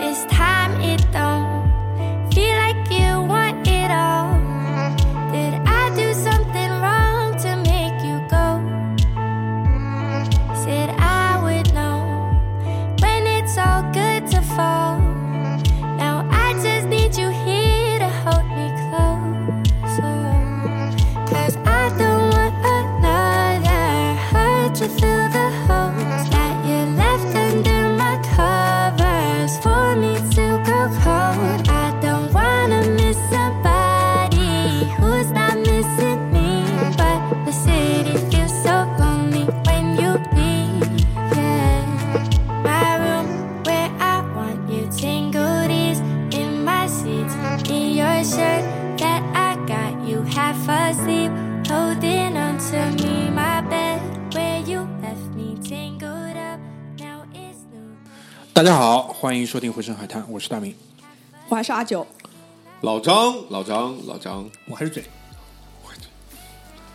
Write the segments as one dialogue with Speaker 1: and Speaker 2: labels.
Speaker 1: this time it don't feel like you want it all. Did I do something wrong to make you go? Said I would know when it's all good to fall. Now I just need you here to hold me closer. Cause I don't want another hurt to fill the holes that you left under my covers for me to grow cold. I don't wanna miss somebody who's not missing me. But the city feels so lonely when you leave. Yeah. My room where I want you tingled is in my seats. In your shirt that I got you half asleep. Holding on to me, my bed where you left me tangled up. Now it's new.
Speaker 2: 大家好，欢迎收听《回声海滩》，我是大明，
Speaker 3: 我还是阿九，
Speaker 4: 老张，老张，老张，
Speaker 2: 我还是嘴。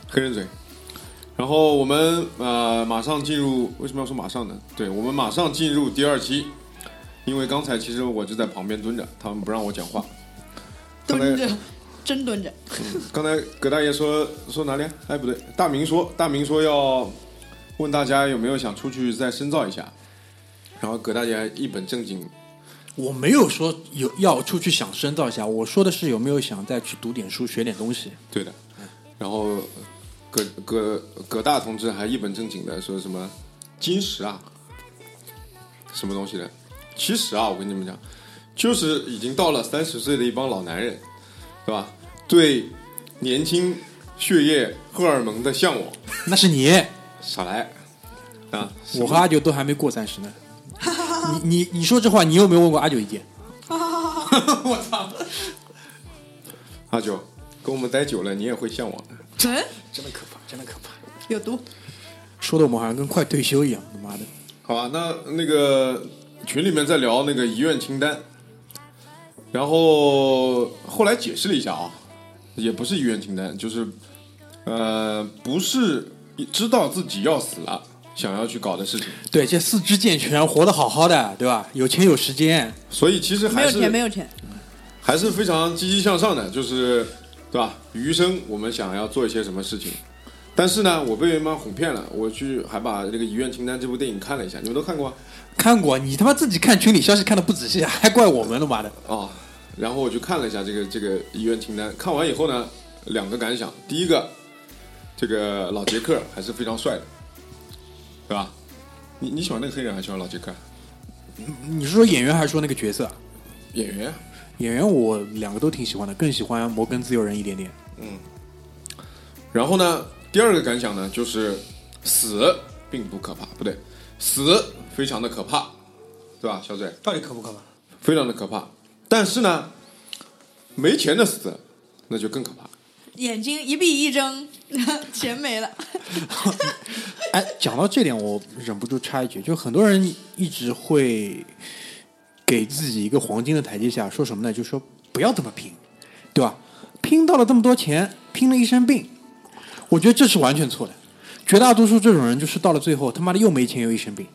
Speaker 4: 黑人嘴。然后我们呃马上进入，为什么要说马上呢？对我们马上进入第二期，因为刚才其实我就在旁边蹲着，他们不让我讲话。刚才
Speaker 3: 蹲着，真蹲着。
Speaker 4: 刚才葛大爷说说哪里？哎，不对，大明说，大明说要问大家有没有想出去再深造一下。然后葛大爷还一本正经，
Speaker 2: 我没有说有要出去想深造一下，我说的是有没有想再去读点书、学点东西。
Speaker 4: 对的。然后葛葛葛大同志还一本正经的说什么金石啊，什么东西的？其实啊，我跟你们讲，就是已经到了三十岁的一帮老男人，对吧？对年轻血液荷尔蒙的向往，
Speaker 2: 那是你，
Speaker 4: 少来啊！
Speaker 2: 我和阿九都还没过三十呢。你你你说这话，你有没有问过阿九意见？
Speaker 4: 阿九，跟我们待久了，你也会向往的。
Speaker 3: 嗯，
Speaker 2: 真的可怕，真的可怕，
Speaker 3: 有毒。
Speaker 2: 说的我们好像跟快退休一样。他妈的，
Speaker 4: 好吧，那那个群里面在聊那个遗愿清单，然后后来解释了一下啊，也不是遗愿清单，就是呃，不是知道自己要死了想要去搞的事情，
Speaker 2: 对，这四肢健全，活得好好的，对吧？有钱有时间，
Speaker 4: 所以其实
Speaker 3: 没
Speaker 4: 还
Speaker 3: 有
Speaker 4: 是
Speaker 3: 钱，没有钱。
Speaker 4: 还是非常积极向上的，就是对吧？余生我们想要做一些什么事情，但是呢，我被妈哄骗了，我去还把这个《遗愿清单》这部电影看了一下，你们都看过啊？
Speaker 2: 看过你他妈自己看群里消息看的不仔细，还怪我们他妈的。
Speaker 4: 啊，然后我就看了一下这个这个遗愿清单，看完以后呢，两个感想。第一个，这个老杰克还是非常帅的，对吧？你你喜欢那个黑人还是喜欢老杰克？
Speaker 2: 你是说演员还是说那个角色？
Speaker 4: 演员。
Speaker 2: 演员我两个都挺喜欢的，更喜欢摩根自由人一点点。
Speaker 4: 然后呢，第二个感想呢，就是死并不可怕，不对，死非常的可怕，对吧？小嘴
Speaker 2: 到底可不可怕？
Speaker 4: 非常的可怕，但是呢，没钱的死那就更可怕。
Speaker 3: 眼睛一闭一睁， 钱没了。
Speaker 2: 哎，讲到这点，我忍不住插一句，就很多人一直会给自己一个黄金的台阶下，说什么呢？就说不要这么拼，对吧？拼到了这么多钱，拼了一身病，我觉得这是完全错的。绝大多数这种人，就是到了最后，他妈的又没钱又一身病。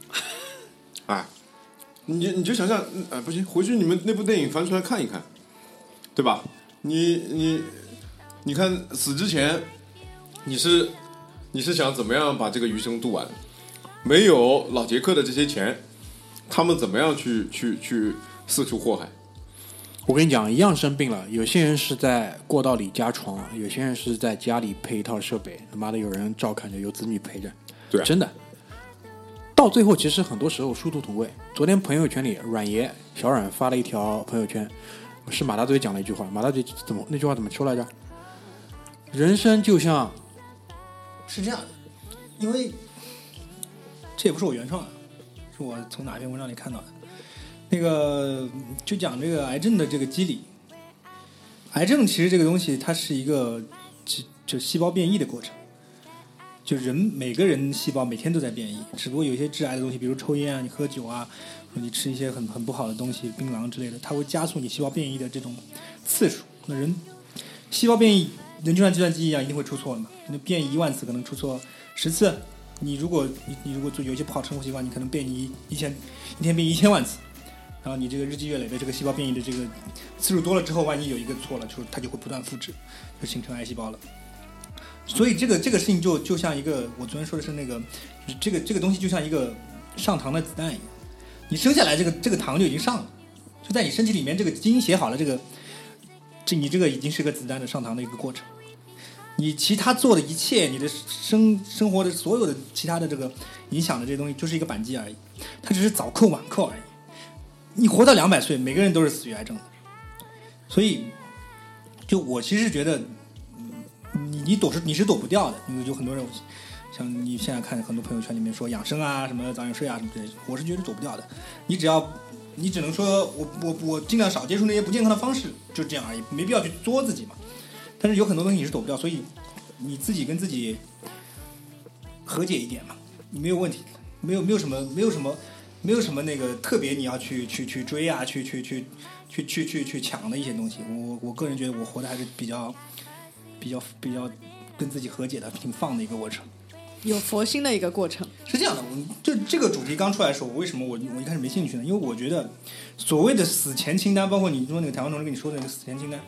Speaker 4: 哎，你就你就想想，嗯哎，不行，回去你们那部电影翻出来看一看，对吧？你你你看死之前，你是你是想怎么样把这个余生度完？没有老杰克的这些钱，他们怎么样去去去四处祸害？
Speaker 2: 我跟你讲，一样生病了，有些人是在过道里加床，有些人是在家里配一套设备，他妈的有人照看着，有子女陪着，
Speaker 4: 对啊
Speaker 2: 真的。到最后，其实很多时候殊途同归。昨天朋友圈里，阮爷小阮发了一条朋友圈，是马大嘴讲了一句话，马大嘴怎么那句话怎么说来着？人生就像
Speaker 5: 是这样的，因为这也不是我原创的，啊是我从哪篇文章里看到的。那个就讲这个癌症的这个机理，癌症其实这个东西它是一个就就细胞变异的过程，就人每个人细胞每天都在变异，只不过有一些致癌的东西，比如抽烟啊、你喝酒啊，或者你吃一些很很不好的东西、槟榔之类的，它会加速你细胞变异的这种次数。那人细胞变异，人就像计算机一样，一定会出错的嘛。你变异一万次，可能出错十次。你如果你你如果做有一些不好的生活习惯，你可能变异一千一天变异一千万次，然后你这个日积月累的这个细胞变异的这个次数多了之后，万一有一个错了，就是它就会不断复制，就形成癌细胞了。所以这个这个事情就就像一个我昨天说的是那个，这个这个东西就像一个上膛的子弹一样，你生下来这个这个膛就已经上了，就在你身体里面这个基因写好了这个，这你这个已经是个子弹的上膛的一个过程。你其他做的一切，你的生生活的所有的其他的这个影响的这些东西，就是一个扳机而已，它只是早扣晚扣而已。你活到两百岁，每个人都是死于癌症的，所以，就我其实觉得，嗯你你躲是你是躲不掉的，因为有很多人，像你现在看很多朋友圈里面说养生啊，什么早点睡啊，什么之类的，我是觉得躲不掉的。你只要，你只能说我我我尽量少接触那些不健康的方式，就这样而已，没必要去作自己嘛。但是有很多东西你是躲不掉，所以你自己跟自己和解一点嘛，你没有问题，没有没有什么没有什么没有什么那个特别你要去去去追啊，去去去去去去去抢的一些东西。我我个人觉得我活的还是比较比较比较跟自己和解的，挺放的一个过程。
Speaker 3: 有佛心的一个过程。
Speaker 5: 是这样的，我这这个主题刚出来的时候，我为什么我我一开始没兴趣呢？因为我觉得所谓的死前清单，包括你说那个台湾同事跟你说的那个死前清单，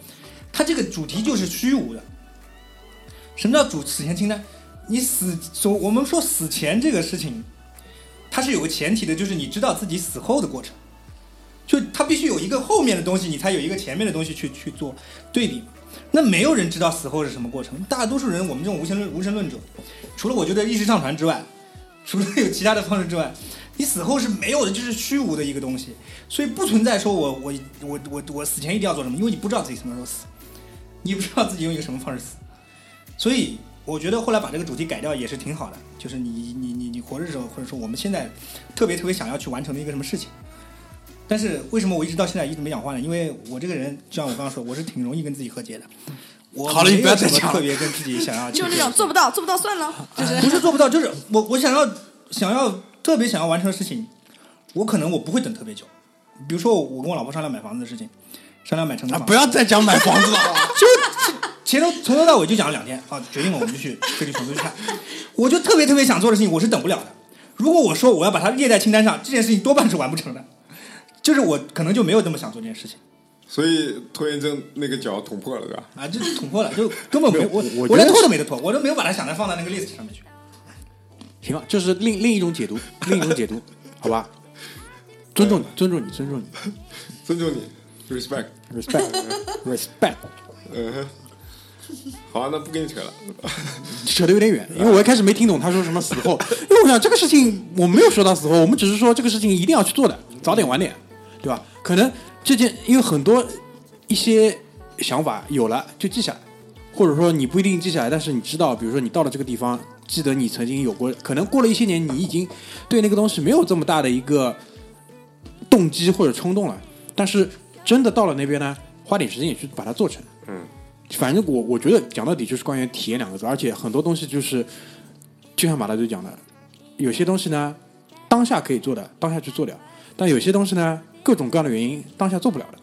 Speaker 5: 它这个主题就是虚无的。什么叫主死前清单？你死所我们说死前这个事情，它是有个前提的，就是你知道自己死后的过程，就它必须有一个后面的东西，你才有一个前面的东西去去做对比。那没有人知道死后是什么过程，大多数人我们这种无神论无神论者，除了我觉得意识上传之外，除了有其他的方式之外，你死后是没有的，就是虚无的一个东西，所以不存在说我我我我我死前一定要做什么，因为你不知道自己什么时候死，你不知道自己用一个什么方式死，所以我觉得后来把这个主题改掉也是挺好的，就是你你你你活着的时候，或者说我们现在特别特别想要去完成的一个什么事情。但是为什么我一直到现在一直没讲话呢？因为我这个人，就像我刚刚说，我是挺容易跟自己和解的。我
Speaker 2: 好了你
Speaker 5: 没
Speaker 2: 不要
Speaker 5: 有
Speaker 2: 再
Speaker 5: 什么
Speaker 2: 讲了
Speaker 5: 特别跟自己想要 去
Speaker 3: 就那
Speaker 5: 和
Speaker 3: 种
Speaker 5: 解
Speaker 3: 做不到，做不到算了，
Speaker 4: 哎
Speaker 3: 就是
Speaker 5: 不是做不到，就是我我想要想要特别想要完成的事情，我可能我不会等特别久。比如说我跟我老婆商量买房子的事情，商量买成
Speaker 2: 啊
Speaker 5: 的房，
Speaker 2: 不要再讲买房子了，
Speaker 5: 就前头从头到尾就讲了两天啊，决定了我们就去飞去成都去看。我就特别特别想做的事情，我是等不了的。如果我说我要把它列在清单上，这件事情多半是完不成的。就是我可能就没有那么想做这件事情
Speaker 4: 所以拖延症那个脚捅破了，对吧？
Speaker 5: 啊，就捅破了，就根本没有我
Speaker 2: 我
Speaker 5: 我
Speaker 2: 觉
Speaker 5: 连
Speaker 2: 得
Speaker 5: 拖都没得拖，我都没有把它想在放在那个 list 上面去。
Speaker 2: 行了，这是另另一种解读，另一种解读， 好吧？尊重你，尊重你，尊重你
Speaker 4: 尊重你，respect。
Speaker 2: ，respect，respect，
Speaker 4: 嗯哼，好啊，那不跟你扯了。
Speaker 2: 扯得有点远，因为我一开始没听懂他说什么死后， 因为我想这个事情我没有说到死后，我们只是说这个事情一定要去做的，早点晚点，对吧？可能这件因为很多一些想法有了就记下来，或者说你不一定记下来，但是你知道，比如说你到了这个地方，记得你曾经有过，可能过了一些年，你已经对那个东西没有这么大的一个动机或者冲动了，但是真的到了那边呢，花点时间也去把它做成。反正我我觉得讲到底就是关于体验两个字，而且很多东西就是，就像马大嘴讲的，有些东西呢，当下可以做的，当下去做掉；但有些东西呢，各种各样的原因，当下做不了的，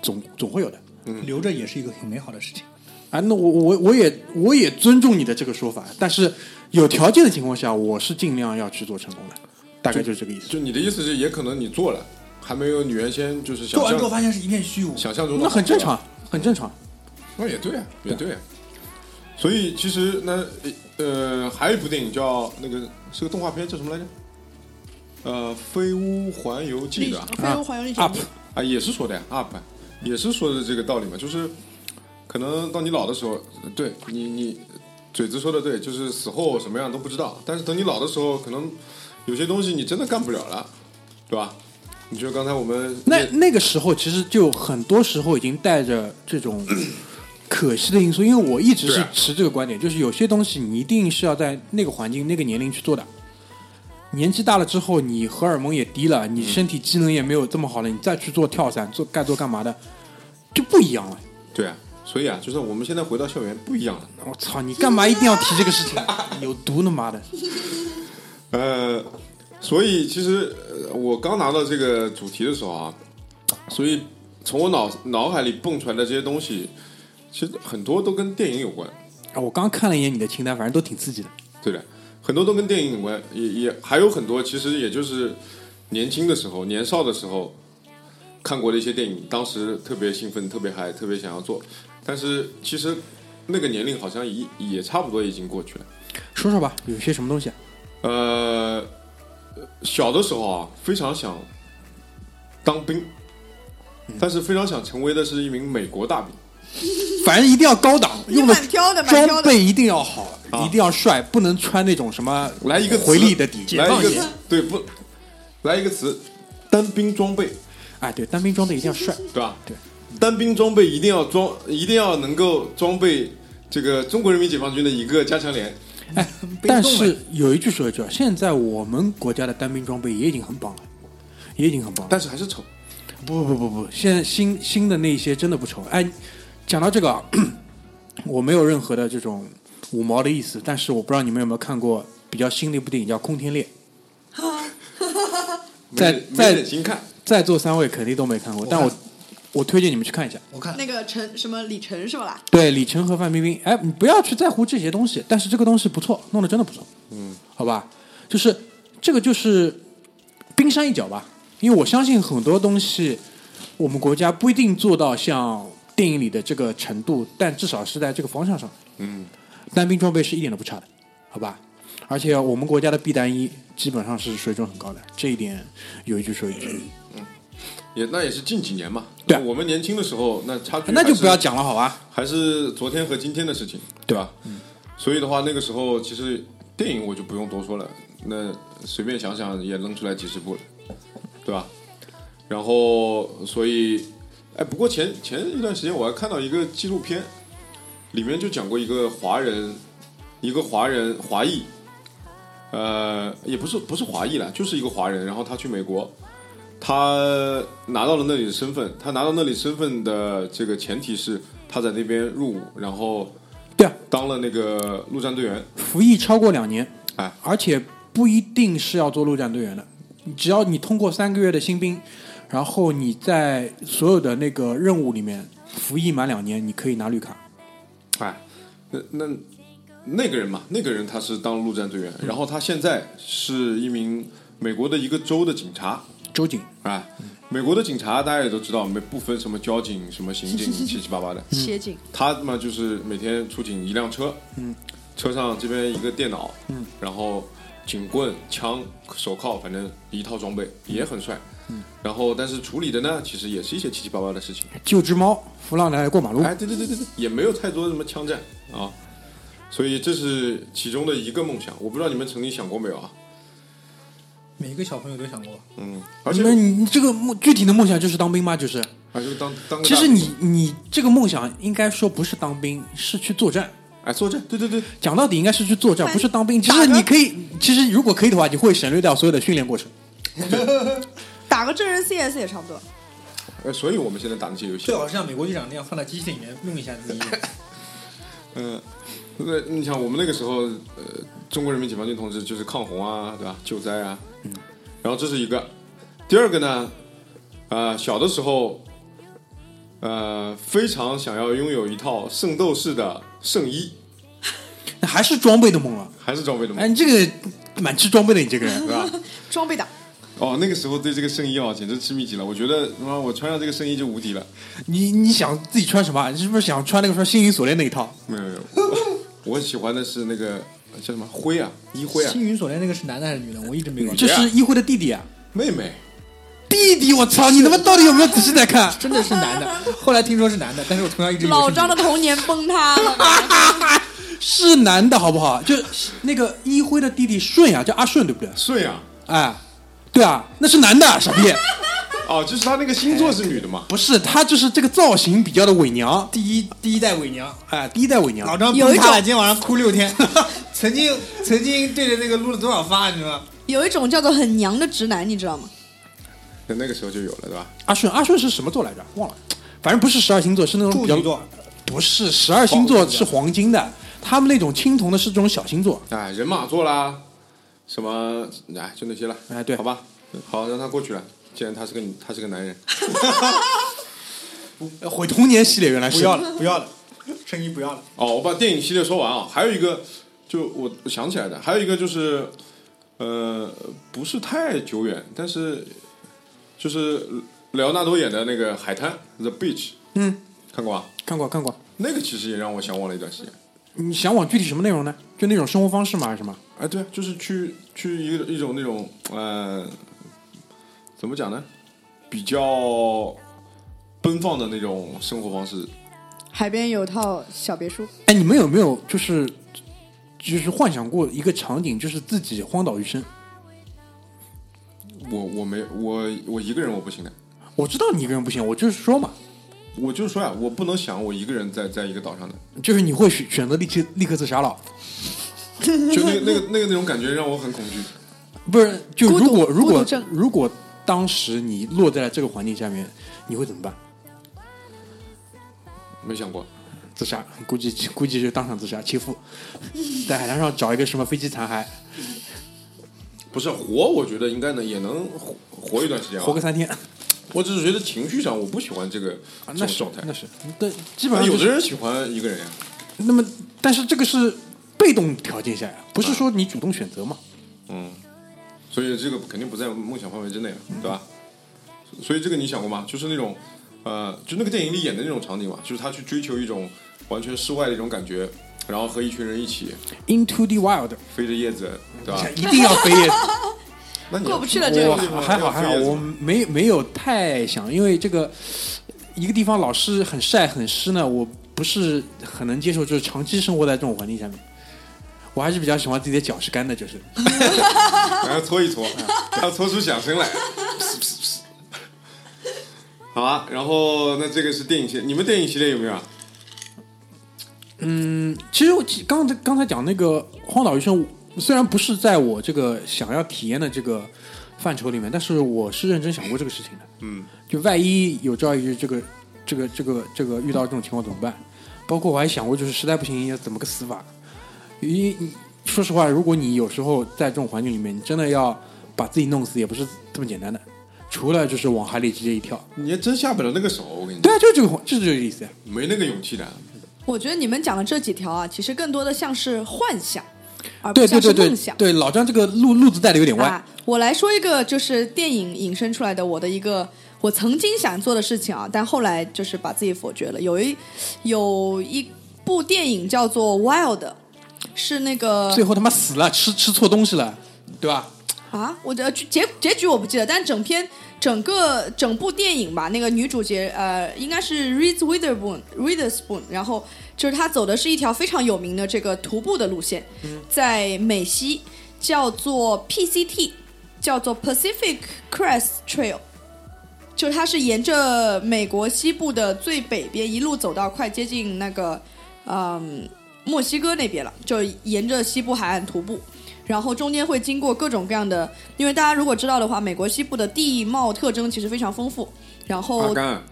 Speaker 2: 总总会有的。
Speaker 5: 留着也是一个很美好的事情。
Speaker 2: 啊，那我我我也我也尊重你的这个说法，但是有条件的情况下，我是尽量要去做成功的，大概就是这个意思。
Speaker 4: 就你的意思是，也可能你做了，还没有你原先就是想
Speaker 5: 做完之后
Speaker 4: 象
Speaker 5: 发现是一片虚无，
Speaker 4: 想象中的
Speaker 2: 那很正
Speaker 4: 好
Speaker 2: 常，啊很正常。
Speaker 4: 那也对啊，也对啊。所以其实那呃，还有一部电影叫那个是个动画片，叫什么来着？呃，《飞屋环游记》
Speaker 3: 历
Speaker 4: 的
Speaker 3: 史
Speaker 4: 啊
Speaker 3: 非常还原历史。
Speaker 2: up
Speaker 4: 啊，也是说的呀，up，也是说的这个道理嘛，就是可能到你老的时候，呃对你你嘴子说的对，就是死后什么样都不知道，但是等你老的时候，可能有些东西你真的干不了了，对吧？你就刚才我们
Speaker 2: 那
Speaker 4: 也
Speaker 2: 那个时候其实就很多时候已经带着这 种可惜的因素，因为我一直
Speaker 4: 对
Speaker 2: 是
Speaker 4: 啊
Speaker 2: 持这个观点，就是有些东西你一定是要在那个环境、那个年龄去做的。年纪大了之后，你荷尔蒙也低了，你身体机能也没有这么好了，你再去做跳伞、做该做干嘛的，就不一样了。
Speaker 4: 对啊，所以啊，就是我们现在回到校园不一样了。
Speaker 2: 我操，你干嘛一定要提这个事 情？有毒他妈的！
Speaker 4: 呃，所以其实呃我刚拿到这个主题的时候啊，所以从我脑脑海里蹦出来的这些东西，其实很多都跟电影有关，
Speaker 2: 啊，我刚看了一眼你的清单，反正都挺刺激的。
Speaker 4: 对的，很多都跟电影有关，也也还有很多其实也就是年轻的时候、年少的时候看过的一些电影，当时特别兴奋，特别嗨，特别想要做，但是其实那个年龄好像也也差不多已经过去了。
Speaker 2: 说说吧，有些什么东西啊？
Speaker 4: 呃，小的时候啊，非常想当兵，但是非常想成为的是一名美国大兵。
Speaker 2: 反正一定要高档，
Speaker 3: 你
Speaker 2: 用的
Speaker 3: 蛮挑的，蛮挑
Speaker 2: 装
Speaker 3: 的。
Speaker 2: 备一定要好，
Speaker 4: 啊
Speaker 2: 一定要帅，不能穿那种什么呃
Speaker 4: 来一个词
Speaker 2: 回力的底。
Speaker 4: 来一个
Speaker 5: 解
Speaker 4: 词对不？来一个词，单兵装备，
Speaker 2: 哎，对，单兵装备一定要 帅。
Speaker 4: 对吧？
Speaker 2: 对，
Speaker 4: 单兵装备一定要装，一定要能够装备这个中国人民解放军的一个加强连。
Speaker 2: 哎，
Speaker 5: 被
Speaker 2: 但
Speaker 5: 动
Speaker 2: 是
Speaker 5: 了
Speaker 2: 有一句说一句啊，现在我们国家的单兵装备也已经很棒了，也已经很棒了。
Speaker 4: 但是还是丑，
Speaker 2: 不不不不，现在新新的那些真的不丑。哎，讲到这个啊， 我没有任何的这种五毛的意思，但是我不知道你们有没有看过比较新的一部电影叫《空天猎》，
Speaker 3: 啊
Speaker 2: 在
Speaker 4: 没
Speaker 2: 在
Speaker 4: 没忍心看。
Speaker 2: 在座三位肯定都没看过，但我我推荐你们去看一下。
Speaker 5: 我看
Speaker 3: 那个陈什么李晨是吧啦？
Speaker 2: 对，李晨和范冰冰，哎，你不要去在乎这些东西，但是这个东西不错，弄得真的不错，嗯，好吧，就是这个就是冰山一角吧，因为我相信很多东西，我们国家不一定做到像电影里的这个程度，但至少是在这个方向上，嗯，单兵装备是一点都不差的，好吧，而且我们国家的避单一基本上是水准很高的，这一点有一句说一句，
Speaker 4: 也那也是近几年嘛，
Speaker 2: 对
Speaker 4: 那我们年轻的时候那差距
Speaker 2: 那就
Speaker 4: 还是
Speaker 2: 不要，讲了，好吧，
Speaker 4: 还是昨天和今天的事情，对吧？所以的话，那个时候其实电影我就不用多说了，那随便想想也扔出来几十部了，对吧？然后所以，哎，不过前前一段时间我还看到一个纪录片，里面就讲过一个华人，一个华人华裔，呃，也不是不是华裔了，就是一个华人，然后他去美国，他拿到了那里的身份，他拿到那里身份的这个前提是他在那边入伍，然后
Speaker 2: 对啊，
Speaker 4: 当了那个陆战队员，
Speaker 2: 服役超过两年，
Speaker 4: 哎
Speaker 2: 而且不一定是要做陆战队员的，只要你通过三个月的新兵，然后你在所有的那个任务里面服役满两年，你可以拿绿卡。
Speaker 4: 哎，那那那个人嘛，那个人他是当陆战队员，然后他现在是一名美国的一个州的警察，
Speaker 2: 周警，
Speaker 4: 啊，美国的警察大家也都知道，没不分什么交警、什么刑 警，七七八八的。
Speaker 3: 切警
Speaker 4: 他嘛就是每天出警一辆车，嗯，车上这边一个电脑，嗯，然后警棍、枪、手铐，反正一套装备也很帅。嗯，然后但是处理的呢，其实也是一些七七八八的事情。
Speaker 2: 救只猫，扶老奶奶过马路。
Speaker 4: 哎，对对对对对，也没有太多什么枪战啊，所以这是其中的一个梦想。我不知道你们曾经想过没有啊？
Speaker 5: 每个小朋友都想过，
Speaker 3: 啊
Speaker 4: 嗯，而
Speaker 2: 你
Speaker 4: 且
Speaker 2: 们，你你这个梦具体的梦想就是当兵吗？就是，
Speaker 4: 而且当当个
Speaker 2: 其实
Speaker 4: 大兵
Speaker 2: 你你这个梦想应该说不是当兵，是去作战。
Speaker 4: 哎作战，对对对，
Speaker 2: 讲到底应该是去作战，
Speaker 3: 哎
Speaker 2: 不是当兵。其
Speaker 3: 打
Speaker 2: 实
Speaker 3: 个
Speaker 2: 你可以，其实如果可以的话，你会省略掉所有的训练过程。
Speaker 3: 打个真人 CS 也差不多。
Speaker 4: 呃，所以我们现在打那些游戏
Speaker 5: 最，好是像美国队长那样放在机器里面弄一下自 己。
Speaker 4: 嗯，那你想我们那个时候，呃，中国人民解放军同志就是抗洪啊，对吧？救灾啊，
Speaker 2: 嗯
Speaker 4: 然后这是一个，第二个呢，呃，小的时候，呃，非常想要拥有一套圣斗士的圣衣，
Speaker 2: 那还是装备的梦了。
Speaker 4: 还是装备的吗
Speaker 2: 哎，？你这个蛮吃装备的，你这个人。
Speaker 4: 对 吧？
Speaker 3: 装备党，
Speaker 4: 哦，那个时候对这个圣衣啊，简直痴迷极了。我觉得他妈我穿上这个圣衣就无敌了。
Speaker 2: 你你想自己穿什么？你是不是想穿那个什么星云锁链那一套？
Speaker 4: 没有 没有，我我喜欢的是那个叫什么灰啊，一灰啊
Speaker 5: 星，云锁链那个是男的还是女的？我一直没搞
Speaker 2: 这
Speaker 5: 清。
Speaker 2: 是一辉的弟弟啊！
Speaker 4: 妹妹。
Speaker 2: 弟弟，我操！你他妈到底有没有仔细在看？
Speaker 5: 真的是男的，后来听说是男的，但是我从小一直以为是
Speaker 3: 老
Speaker 5: 女
Speaker 3: 张的童年崩塌 了。
Speaker 2: 是男的好不好？就是那个一辉的弟弟顺呀、叫阿顺对不对？
Speaker 4: 顺啊，
Speaker 2: 哎，对啊，那是男的，傻逼！
Speaker 4: 哦，就是他那个星座是女的嘛？
Speaker 2: 不是，他就是这个造型比较的伪娘，
Speaker 5: 第一第一代伪娘，
Speaker 2: 哎，第一代伪
Speaker 5: 老
Speaker 2: 娘。
Speaker 5: 张
Speaker 3: 有
Speaker 5: 崩
Speaker 3: 一
Speaker 5: 塌了，
Speaker 3: 种
Speaker 5: 今天晚上哭六天， 曾经曾经对着那个录了多少发，你知道吗？
Speaker 3: 有一种叫做很娘的直男，你知道吗？
Speaker 4: 那那个时候就有了，对吧？
Speaker 2: 阿顺，阿顺是什么座来着？忘了，反正不是十二星座，是那种
Speaker 5: 处
Speaker 2: 比较
Speaker 5: 女座，
Speaker 2: 不是十二星座是黄金的，他们那种青铜的是这种小星座。
Speaker 4: 哎，人马座啦，什么哎，就那些了。
Speaker 2: 哎对
Speaker 4: 好吧，好，让他过去了。既然他是个他是个男人，
Speaker 2: 毁童年系列原来是
Speaker 5: 不要了不要了，声音不要了。
Speaker 4: 哦，我把电影系列说完啊。还有一个，就我我想起来的，还有一个就是，呃，不是太久远，但是就是莱昂纳多演的那个《海滩》（The Beach），
Speaker 2: 嗯，
Speaker 4: 看过吧？
Speaker 2: 看过看过。
Speaker 4: 那个其实也让我向往了一段时间。
Speaker 2: 你向往具体什么内容呢？就那种生活方式吗？还是什么？
Speaker 4: 哎，对啊，就是去去一个一种那种呃，怎么讲呢？比较奔放的那种生活方式。
Speaker 3: 海边有套小别墅，
Speaker 2: 哎，你们有没有就是就是幻想过一个场景，就是自己荒岛余生？
Speaker 4: 我我没我我一个人我不行的。
Speaker 2: 我知道你一个人不行，我就是说嘛，
Speaker 4: 我就说呀、啊我不能想我一个人在在一个岛上的，
Speaker 2: 就是你会选选择立刻立刻自杀了，
Speaker 4: 就那个那个那个那种感觉让我很恐惧。
Speaker 2: 不是？就
Speaker 3: 孤独
Speaker 2: 如果如
Speaker 3: 孤
Speaker 2: 果
Speaker 3: 独症
Speaker 2: 如果当时你落在了这个环境下面，你会怎么办？
Speaker 4: 没想过，
Speaker 2: 自杀，估计估计就当场自杀，切腹，在海滩上找一个什么飞机残骸，
Speaker 4: 不是活，我觉得应该能也能活活一段时间、啊。
Speaker 2: 活个三天。
Speaker 4: 我只是觉得情绪上我不喜欢这个、
Speaker 2: 啊
Speaker 4: 这
Speaker 2: 那
Speaker 4: 种
Speaker 2: 是
Speaker 4: 状态。
Speaker 2: 那是，对，基本
Speaker 4: 但
Speaker 2: 上
Speaker 4: 有
Speaker 2: 就是
Speaker 4: 的人喜欢一个人呀、
Speaker 2: 那么，但是这个是被动条件下呀，不是说你主动选择嘛？
Speaker 4: 嗯，所以这个肯定不在梦想范围之内啊，对吧？所以这个你想过吗？就是那种，呃，就那个电影里演的那种场景嘛，就是他去追求一种完全室外的一种感觉，然后和一群人一起
Speaker 2: Into the wild，
Speaker 4: 飞着叶子，对吧？
Speaker 2: 哎一定要飞叶子。
Speaker 4: 那你
Speaker 3: 过不去了这个
Speaker 2: 我
Speaker 3: 地
Speaker 2: 还好还好，我没没有太想，因为这个一个地方老是很晒很湿呢，我不是很能接受，就是长期生活在这种环境下面。我还是比较喜欢自己的脚是干的，就是
Speaker 4: 还要搓一搓，还要搓出响声来。好啊，然后那这个是电影系列，你们电影系列有没有啊？
Speaker 2: 其实我其刚才刚才讲那个《荒岛余生》，虽然不是在我这个想要体验的这个范畴里面，但是我是认真想过这个事情的。
Speaker 4: 嗯，
Speaker 2: 就万一有朝一日这个这个这个这个遇到这种情况怎么办？包括我还想过，就是实在不行要怎么个死法。因为你说实话，如果你有时候在这种环境里面，你真的要把自己弄死，也不是这么简单的。除了就是往海里直接一
Speaker 3: 嗯
Speaker 2: 跳，
Speaker 4: 你还真下不了那个手，我跟你讲
Speaker 2: 对，啊，就是这个环，就是这个意思呀。
Speaker 3: 啊
Speaker 4: 没那个勇气的。
Speaker 3: 我觉得你们讲的这几条啊，其实更多的像是幻想，而不
Speaker 2: 对对
Speaker 3: 像
Speaker 2: 对
Speaker 3: 是
Speaker 2: 对
Speaker 3: 梦想。
Speaker 2: 对，老张这个路路子带的有点歪。
Speaker 3: 啊，我来说一个就是电影引申出来的我的一个我曾经想做的事情啊，但后来就是把自己否决了。有一有一部电影叫做《Wild》，是那个
Speaker 2: 最后他妈死了，吃吃错东西了，对吧？
Speaker 3: 啊，我的结结局我不记得，但整篇整个整部电影吧，那个女主角呃，应该是 Reese Witherspoon Witherspoon，然后就是她走的是一条非常有名的这个徒步的路线，在美西叫做 PCT，叫做 Pacific Crest Trail。就是它是沿着美国西部的最北边一路走到快接近那个，嗯，墨西哥那边了，就沿着西部海岸徒步，然后中间会经过各种各样的，因为大家如果知道的话，美国西部的地貌特征其实非常丰富，然
Speaker 4: 阿
Speaker 3: 后
Speaker 4: 甘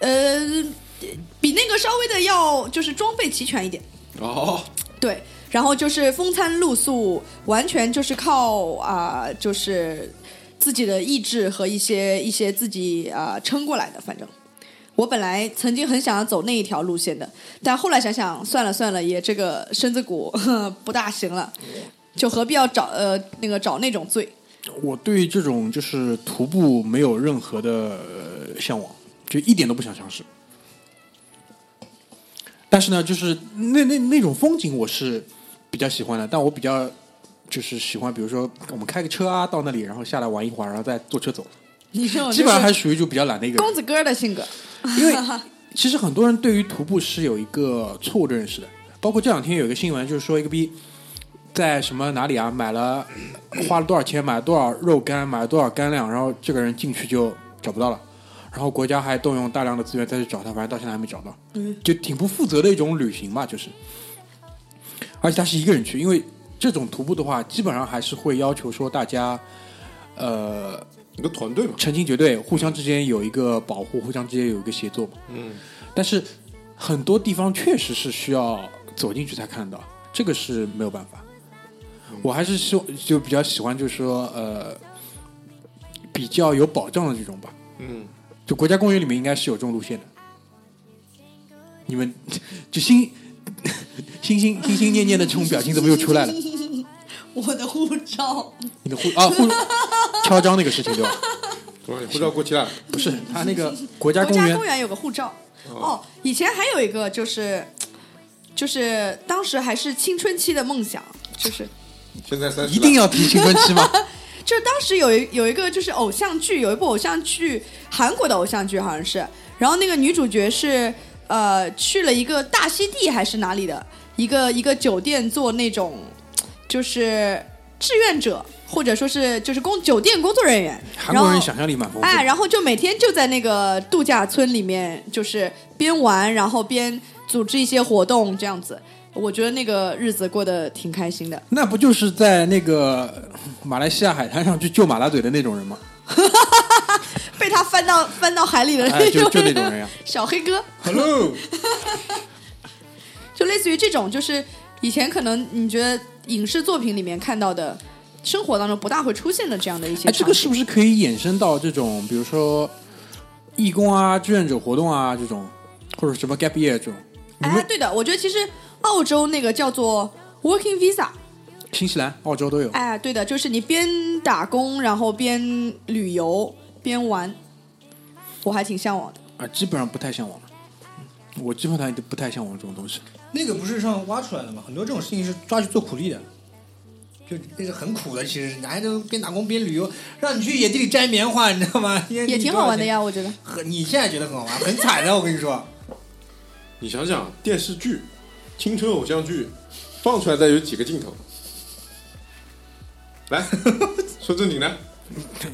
Speaker 3: 呃，比那个稍微的要就是装备齐全一点，
Speaker 4: 哦，
Speaker 3: 对，然后就是风餐露宿，完全就是靠啊、就是自己的意志和一些一些自己啊、撑过来的。反正我本来曾经很想要走那一条路线的，但后来想想算了算了，也这个身子骨 不大行了，就何必要找呃那个找那种罪？
Speaker 2: 我对这种就是徒步没有任何的呃向往，就一点都不想尝试。但是呢，就是那那那种风景我是比较喜欢的，但我比较就是喜欢，比如说我们开个车啊到那里，然后下来玩一会儿，然后再坐车走。
Speaker 3: 你这种
Speaker 2: 基本上还
Speaker 3: 就是
Speaker 2: 属哦于就比较懒的一个人
Speaker 3: 公。子哥的性格，
Speaker 2: 因为其实很多人对于徒步是有一个错误的认识的，包括这两天有一个新闻，就是说一个逼在什么哪里啊，买了 花了多少钱，买了多少肉干，买了多少干粮，然后这个人进去就找不到了，然后国家还动用大量的资源再去找他，反正到现在还没找到，就挺不负责的一种旅行吧，就是。而且他是一个人去，因为这种徒步的话，基本上还是会要求说大家，呃，
Speaker 4: 一个团队嘛，
Speaker 2: 成群结队，互相之间有一个保护，互相之间有一个协作嘛。嗯，但是很多地方确实是需要走进去才看得到，这个是没有办法。我还是希望就比较喜欢，就是说呃，比较有保障的这种吧。
Speaker 4: 嗯，
Speaker 2: 就国家公园里面应该是有这种路线的。你们就 心心心心心念念的这种表情怎么又出来了？
Speaker 3: 我的护照。
Speaker 2: 你的护啊护敲章那个事情对吧？
Speaker 4: 怎么你护照过期了？
Speaker 2: 不是他那个国家
Speaker 3: 国
Speaker 2: 公
Speaker 3: 家
Speaker 2: 园
Speaker 3: 公，园有个护照。哦，以前还有一个就是，就是当时还是青春期的梦想，就是
Speaker 4: 现在三十了
Speaker 2: 一定要提青春期吗？
Speaker 3: 就是当时有一有一个就是偶像剧，有一部偶像剧，韩国的偶像剧好像是，然后那个女主角是呃去了一个大溪地还是哪里的一个一个酒店做那种就是志愿者。或者说是就是工酒店工作人员，
Speaker 2: 韩
Speaker 3: 然
Speaker 2: 国
Speaker 3: 后
Speaker 2: 人想象力蛮丰富的。
Speaker 3: 哎，然后就每天就在那个度假村里面，就是边玩，然后边组织一些活动，这样子。我觉得那个日子过得挺开心的。
Speaker 2: 那不就是在那个马来西亚海滩上去救马拉嘴的那种人吗？
Speaker 3: 被他翻到翻到海里的
Speaker 2: 哎
Speaker 3: 那
Speaker 2: 就
Speaker 3: 种、
Speaker 2: 就那种人呀
Speaker 3: 小黑哥，
Speaker 4: Hello，
Speaker 3: 就类似于这种，就是以前可能你觉得影视作品里面看到的，生活当中不大会出现的这样的一些
Speaker 2: 哎，
Speaker 3: 场景。
Speaker 2: 这个是不是可以衍生到这种，比如说义工啊、志愿者活动啊这种，或者什么 gap year 这种？你
Speaker 3: 哎，
Speaker 2: 们
Speaker 3: 对的，我觉得其实澳洲那个叫做 Working Visa，
Speaker 2: 新西兰、澳洲都有，
Speaker 3: 哎，对的，就是你边打工，然后边旅游边玩，我还挺向往的。
Speaker 2: 啊，基本上不太向往了。我基本上都不太向往这种东西。
Speaker 5: 那个不是上挖出来的吗？很多这种事情是抓去做苦力的，就那是很苦的。其实你还能边打工边旅游，让你去野地里摘棉花，你知道吗？也
Speaker 3: 也挺好玩的。呀，我觉得。
Speaker 5: 很，你现在觉得很好玩，很惨的。我跟 你说，
Speaker 4: 你想想电视剧、青春偶像剧放出来的有几个镜头？来 说正经的，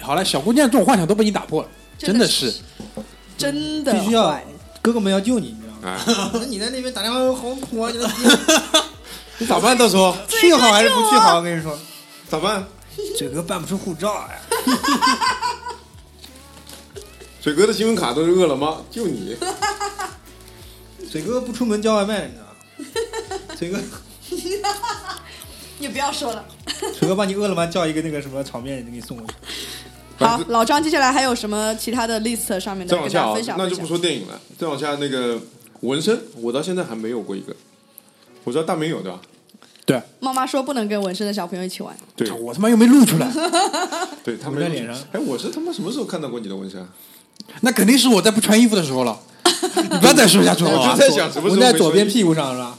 Speaker 2: 好了，小姑娘这种幻想都被你打破了，真
Speaker 3: 真的
Speaker 2: 是。
Speaker 3: 真的
Speaker 5: 必须要
Speaker 3: 坏
Speaker 5: 哥哥们要救你，你知道吗？
Speaker 4: 哎，
Speaker 5: 你在那边打电话好苦啊！你的
Speaker 4: 你咋办？到时候
Speaker 5: 去好还是不去好？我跟你说，
Speaker 4: 咋办？
Speaker 5: 这个办不出护照呀。
Speaker 4: 水哥的信用卡都是饿了么，就你，
Speaker 5: 水哥不出门叫外卖，你知道吗？水哥，
Speaker 3: 你不要说了。
Speaker 5: 水哥帮你饿了么叫一个那个什么炒面，给你送过去。
Speaker 3: 好，老张，接下来还有什么其他的 list 上面的
Speaker 4: 再往
Speaker 3: 跟
Speaker 4: 下
Speaker 3: 大
Speaker 4: 啊
Speaker 3: 家分，享？
Speaker 4: 那就不说电影了。再往下那个纹身，我到现在还没有过一个。我知道大明有对吧？
Speaker 2: 对，
Speaker 3: 妈妈说不能跟纹身的小朋友一起玩。
Speaker 4: 对
Speaker 2: 我他妈又没录 出来，
Speaker 4: 对，他
Speaker 5: 纹
Speaker 4: 没
Speaker 5: 在
Speaker 4: 有
Speaker 5: 脸上
Speaker 4: 哎，我是他妈什么时候看到过你的纹身啊？
Speaker 2: 那肯定是我在不穿衣服的时候 了。你不要再说下去了，
Speaker 4: 我
Speaker 2: 好
Speaker 4: 就
Speaker 2: 吧
Speaker 4: 在想什么时候
Speaker 5: 纹在
Speaker 4: 没
Speaker 5: 左
Speaker 4: 注
Speaker 5: 边
Speaker 4: 意
Speaker 5: 屁股上是吧？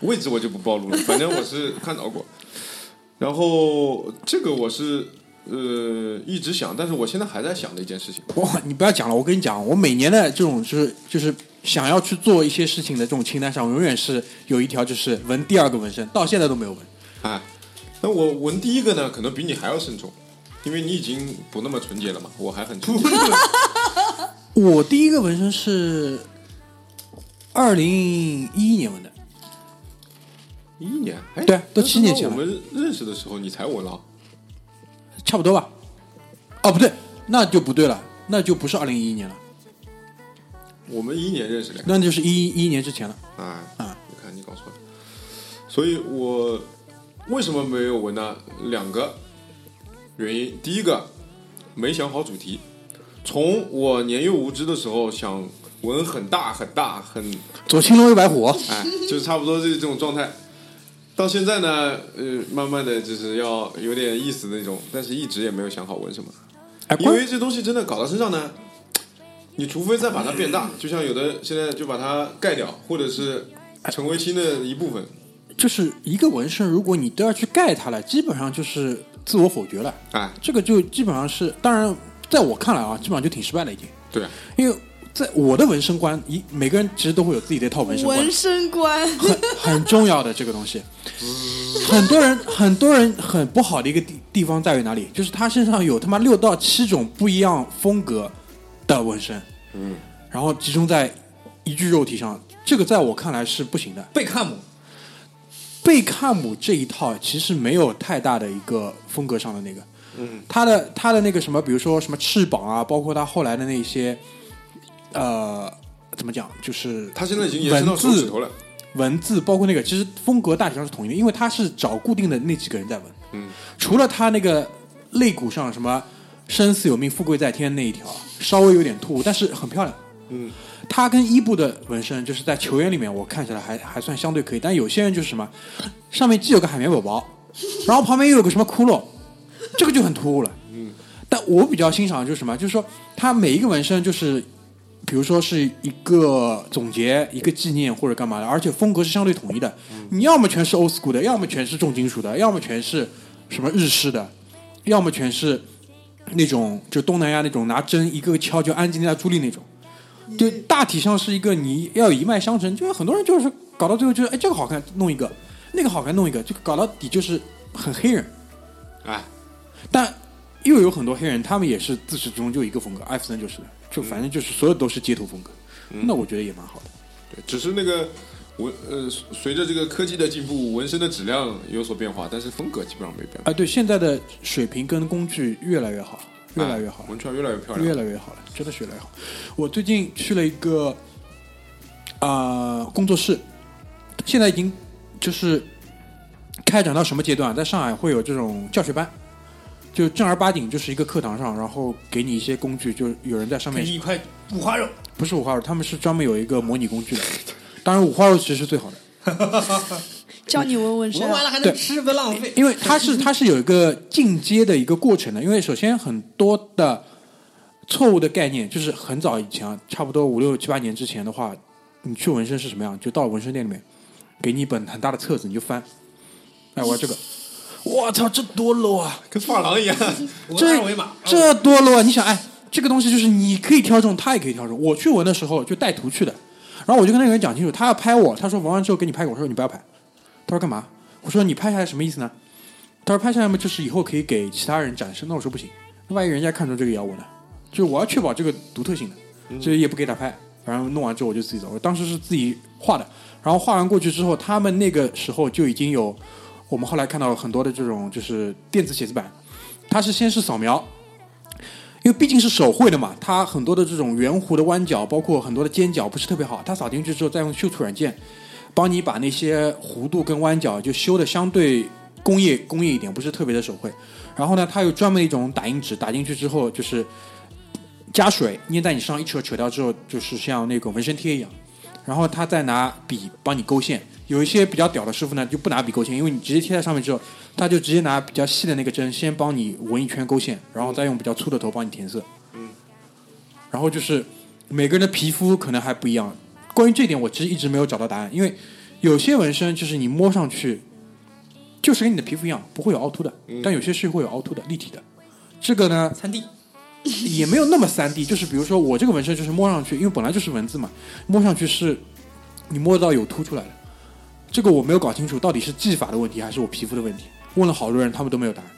Speaker 4: 位置我就不暴露了，反正我是看到过。 然后这个我是呃一直想，但是我现在还在想的一件事情。
Speaker 2: 哇，你不要讲了，我跟你讲，我每年的这种就是就是想要去做一些事情的这种清单上，永远是有一条就是纹第二个纹身，到现在都没有纹。
Speaker 4: 哎，那我纹第一个呢，可能比你还要慎重，因为你已经不那么纯洁了嘛，我还很 纯洁。
Speaker 2: 我第一个纹身是二零一一年纹的，
Speaker 4: 一一年，哎，
Speaker 2: 对啊都
Speaker 4: 那
Speaker 2: 七年
Speaker 4: 他妈
Speaker 2: 前了
Speaker 4: 我们认识的时候你才纹了，
Speaker 2: 差不多吧？哦，不对，那就不对了，那就不是二零一一年了，
Speaker 4: 我们一一年认识的呀。
Speaker 2: 那就是一一年之前了。
Speaker 4: 哎，
Speaker 2: 啊
Speaker 4: 你看你搞错了。所以我为什么没有纹呢？两个原因，第一个没想好主题。从我年幼无知的时候，想纹很大很大很，
Speaker 2: 左青龙右白虎，
Speaker 4: 哎，就是差不多这这种状态。到现在呢，呃，慢慢的就是要有点意思的那种，但是一直也没有想好纹什么。
Speaker 2: 哎，
Speaker 4: 因
Speaker 2: 关
Speaker 4: 为这东西真的搞到身上呢，你除非再把它变大，就像有的现在就把它盖掉，或者是成为新的一部分。
Speaker 2: 就是一个纹身，如果你都要去盖它了，基本上就是自我否决了。
Speaker 4: 哎，
Speaker 2: 这个就基本上是，当然在我看来啊，基本上就挺失败了已经。
Speaker 4: 对啊，
Speaker 2: 因为在我的纹身观，一每个人其实都会有自己的一套纹身观
Speaker 3: 纹，身观，
Speaker 2: 很很重要的这个东西。很多人很多人很不好的一个地地方在于哪里？就是他身上有他妈六到七种不一样风格的纹身，嗯，然后集中在一具肉体上，这个在我看来是不行的。
Speaker 5: 贝克汉姆，
Speaker 2: 贝克姆这一套其实没有太大的一个风格上的那个，嗯，他的他的那个什么，比如说什么翅膀啊，包括他后来的那些，呃，怎么讲，就是
Speaker 4: 他现在已经延伸到
Speaker 2: 文
Speaker 4: 手指
Speaker 2: 字
Speaker 4: 头了。
Speaker 2: 文字，包括那个，其实风格大体上是统一的，因为他是找固定的那几个人在纹，嗯，除了他那个肋骨上什么“生死有命，富贵在天”那一条稍微有点突兀，但是很漂亮，
Speaker 4: 嗯，
Speaker 2: 他跟伊布的纹身，就是在球员里面，我看起来还还算相对可以。但有些人就是什么，上面既有个海绵宝宝，然后旁边又有个什么窟窿，这个就很突兀了。嗯，但我比较欣赏的就是什么，就是说他每一个纹身就是，比如说是一个总结、一个纪念或者干嘛的，而且风格是相对统一的。你要么全是 old school 的，要么全是重金属的，要么全是什么日式的，要么全是那种就东南亚那种拿针一个个敲就安吉丽娜朱莉那种。就大体上是一个你要一脉相承，就是很多人就是搞到最后就是哎这个好看弄一个，那个好看弄一个，就搞到底就是很黑人。
Speaker 4: 哎，
Speaker 2: 但又有很多黑人，他们也是自始至终就一个风格，艾弗森就是的，就反
Speaker 5: 嗯
Speaker 2: 正就是所有都是街头风格，那我觉得也蛮好的。
Speaker 4: 对，只是那个纹呃，随着这个科技的进步，纹身的质量有所变化，但是风格基本上没变化，
Speaker 2: 啊，对，现在的水平跟工具越来越好，越来越好
Speaker 4: 哎
Speaker 5: 啊
Speaker 2: 了，
Speaker 4: 纹出来越来越漂亮，
Speaker 2: 越来越好了，真的是越来越好。我最近去了一个啊、呃工作室，现在已经就是开展到什么阶段？在上海会有这种教学班，就正儿八经就是一个课堂上，然后给你一些工具，就有人在上
Speaker 5: 给
Speaker 2: 面
Speaker 5: 你一块五花肉，
Speaker 2: 不是五花肉，他们是专门有一个模拟工具的。当然，五花肉其实是最好的，
Speaker 3: 叫你纹纹身
Speaker 5: 闻
Speaker 3: 啊，
Speaker 5: 完了还
Speaker 2: 对
Speaker 5: 能吃，不浪费。
Speaker 2: 因为它是它是有一个进阶的一个过程的。因为首先很多的错误的概念，就是很早以前啊，差不多五六七八年之前的话，你去纹身是什么样？就到纹身店里面，给你一本很大的册子，你就翻。哎，我要这个，我操，这多 low 啊！
Speaker 4: 跟发 廊一样。
Speaker 5: 我
Speaker 2: 这
Speaker 5: 二维码，嗯
Speaker 2: 这多了，你想，哎，这个东西就是你可以挑中，他也可以挑中。我去纹的时候就带图去的，然后我就跟那个人讲清楚，他要拍我，他说纹完之后给你拍，我说你不要拍，他说干嘛？我说你拍下来什么意思呢？他说拍下来嘛，就是以后可以给其他人展示。那我说不行，那万一人家看中这个也要我呢？就是我要确保这个独特性
Speaker 5: 嗯
Speaker 2: 的，所以也不给他拍。反正弄完之后我就自己走，我当时是自己画的，然后画完过去之后，他们那个时候就已经有我们后来看到很多的这种就是电子写字板，它是先是扫描，因为毕竟是手绘的嘛，它很多的这种圆弧的弯角，包括很多的尖角不是特别好，它扫进去之后再用修图软件帮你把那些弧度跟弯角就修的相对工业工业一点，不是特别的手绘。然后呢，它有专门一种打印纸，打进去之后就是加水粘在你身上，一扯扯掉之后就是像那个纹身贴一样。然后他再拿笔帮你勾线。有一些比较屌的师傅呢，就不拿笔勾线，因为你直接贴在上面之后，他就直接拿比较细的那个针先帮你纹一圈勾线，然后再用比较粗的头帮你填色。嗯。然后就是每个人的皮肤可能还不一样，关于这点我其实一直没有找到答案，因为有些纹身就是你摸上去就是跟你的皮肤一样，不会有凹凸的，但有些是会有凹凸的、立体的。这个呢，
Speaker 5: 三 D
Speaker 2: 也没有那么三 D，就是比如说我这个纹身就是摸上去，因为本来就是文字嘛，摸上去是你摸到有凸出来的，这个我没有搞清楚到底是技法的问题还是我皮肤的问题，问了好多人他们都没有答案。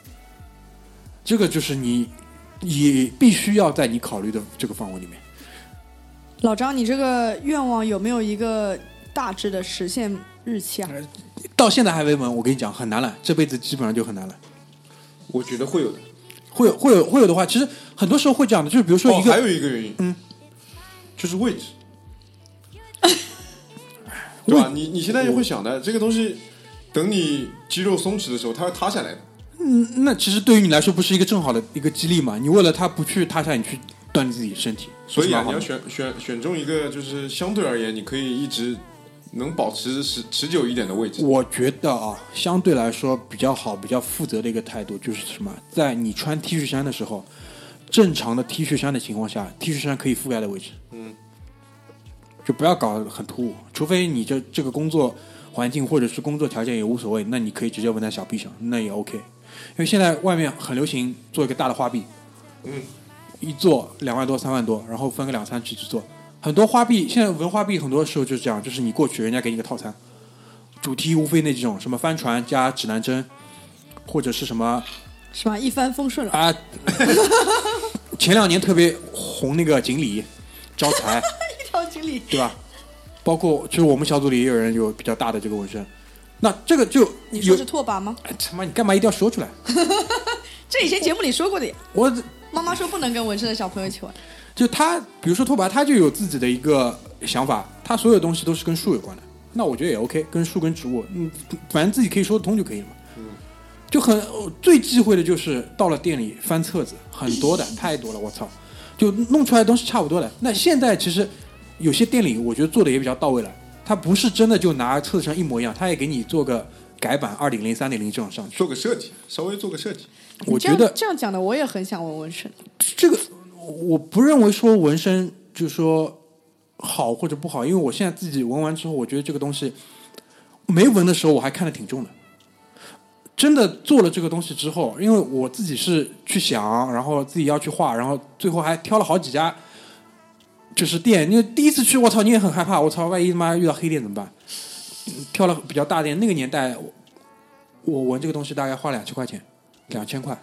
Speaker 2: 这个就是你也必须要在你考虑的这个范围里面。
Speaker 3: 老张，你这个愿望有没有一个大致的实现日期啊？
Speaker 2: 到现在还没纹，我跟你讲很难了，这辈子基本上就很难了。
Speaker 4: 我觉得会有的。
Speaker 2: 会有会有会有的话，其实很多时候会这样的，就是比如说
Speaker 4: 哦，
Speaker 2: 一个、
Speaker 4: 还有一个原因，嗯，就是位置， 对吧？你你现在会想的这个东西，等你肌肉松弛的时候，它会塌下来的。
Speaker 2: 嗯，那其实对于你来说不是一个正好的一个激励嘛？你为了他不去塌下，你去锻炼自己身体，
Speaker 4: 所以
Speaker 2: 是
Speaker 4: 啊，
Speaker 2: 蛮好
Speaker 4: 你
Speaker 2: 的
Speaker 4: 要选选选中一个，就是相对而言，你可以一直能保持持持久一点的位置。
Speaker 2: 我觉得啊，相对来说比较好、比较负责的一个态度就是什么？在你穿 T 恤衫的时候，正常的 T 恤衫的情况下，T 恤衫可以覆盖的位置，嗯，就不要搞得很突兀，除非你这这个工作环境或者是工作条件也无所谓，那你可以直接纹在小臂上，那也 OK。因为现在外面很流行做一个大的花臂，嗯，一做两万多、三万多，然后分个两三期去做。很多花臂现在纹花臂，很多时候就是这样，就是你过去人家给你个套餐，主题无非那几种，什么帆船加指南针，或者是什么
Speaker 3: 是吧？一帆风顺了，
Speaker 2: 啊， 前两年特别红那个锦鲤招财，
Speaker 3: 一条锦鲤。
Speaker 2: 对吧？包括就是我们小组里也有人有比较大的这个纹身，那这个就
Speaker 3: 你说
Speaker 2: 有
Speaker 3: 是拓跋吗？
Speaker 2: 哎他妈你干嘛一定要说出来？
Speaker 3: 这以前节目里说过的呀。
Speaker 2: 我
Speaker 3: 妈妈说不能跟纹身的小朋友一起玩。
Speaker 2: 就他，比如说拓跋，他就有自己的一个想法，他所有东西都是跟树有关的。那我觉得也 OK，跟树跟植物，嗯，反正自己可以说得通就可以了嘛。就很呃最忌讳的就是到了店里翻册子，很多的太多了，我操，就弄出来的东西差不多的。那现在其实有些店里我觉得做的也比较到位了，他不是真的就拿册子上一模一样，他也给你做个改版二点零、三点零这样上去。
Speaker 4: 做个设计，稍微做个设计。
Speaker 2: 我
Speaker 3: 这
Speaker 2: 觉
Speaker 3: 样
Speaker 2: 得
Speaker 3: 这样讲的，我也很想纹纹身。
Speaker 2: 这个我不认为说纹身就是说好或者不好，因为我现在自己纹完之后，我觉得这个东西没纹的时候我还看得挺重的。真的做了这个东西之后，因为我自己是去想，然后自己要去画，然后最后还挑了好几家就是店，因为第一次去，我操，你也很害怕，我操，万一他妈遇到黑店怎么办？挑了比较大店，那个年代我我纹这个东西大概花两千块钱，两千块，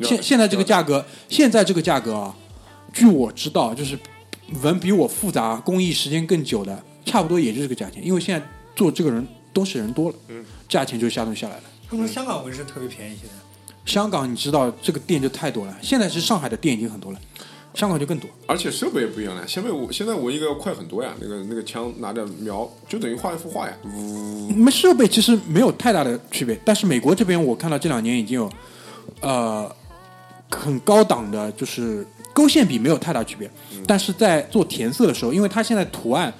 Speaker 2: 现现在这个价格，现在这个价格啊，据我知道，就是纹比我复杂、工艺时间更久的，差不多也就这个价钱。因为现在做这个人都是人多了，价钱就下动下来了。
Speaker 5: 他们说香港纹身特别便宜，现在
Speaker 2: 香港你知道这个店就太多了，现在是上海的店已经很多了，香港就更多。
Speaker 4: 而且设备也不一样了，现在我现在我一个要快很多呀，那个那个枪拿着瞄，就等于画一幅画呀。
Speaker 2: 你们设备其实嗯没有太大的区别，但是美国这边我看到这两年已经有，呃，很高档的，就是勾线比没有太大区别，但是在做填色的时候，因为它现在图案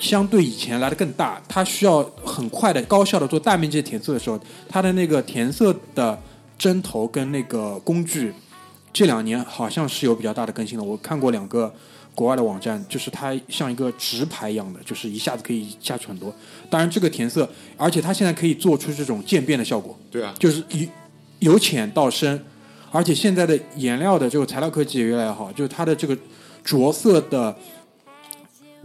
Speaker 2: 相对以前来的更大，它需要很快的、高效的做大面积的填色的时候，它的那个填色的针头跟那个工具，这两年好像是有比较大的更新的。我看过两个国外的网站，就是它像一个直排一样的，就是一下子可以下去很多。当然，这个填色，而且它现在可以做出这种渐变的效果，
Speaker 4: 对啊，
Speaker 2: 就是由由浅到深，而且现在的颜料的这个材料科技也越来越好，就是它的这个着色的，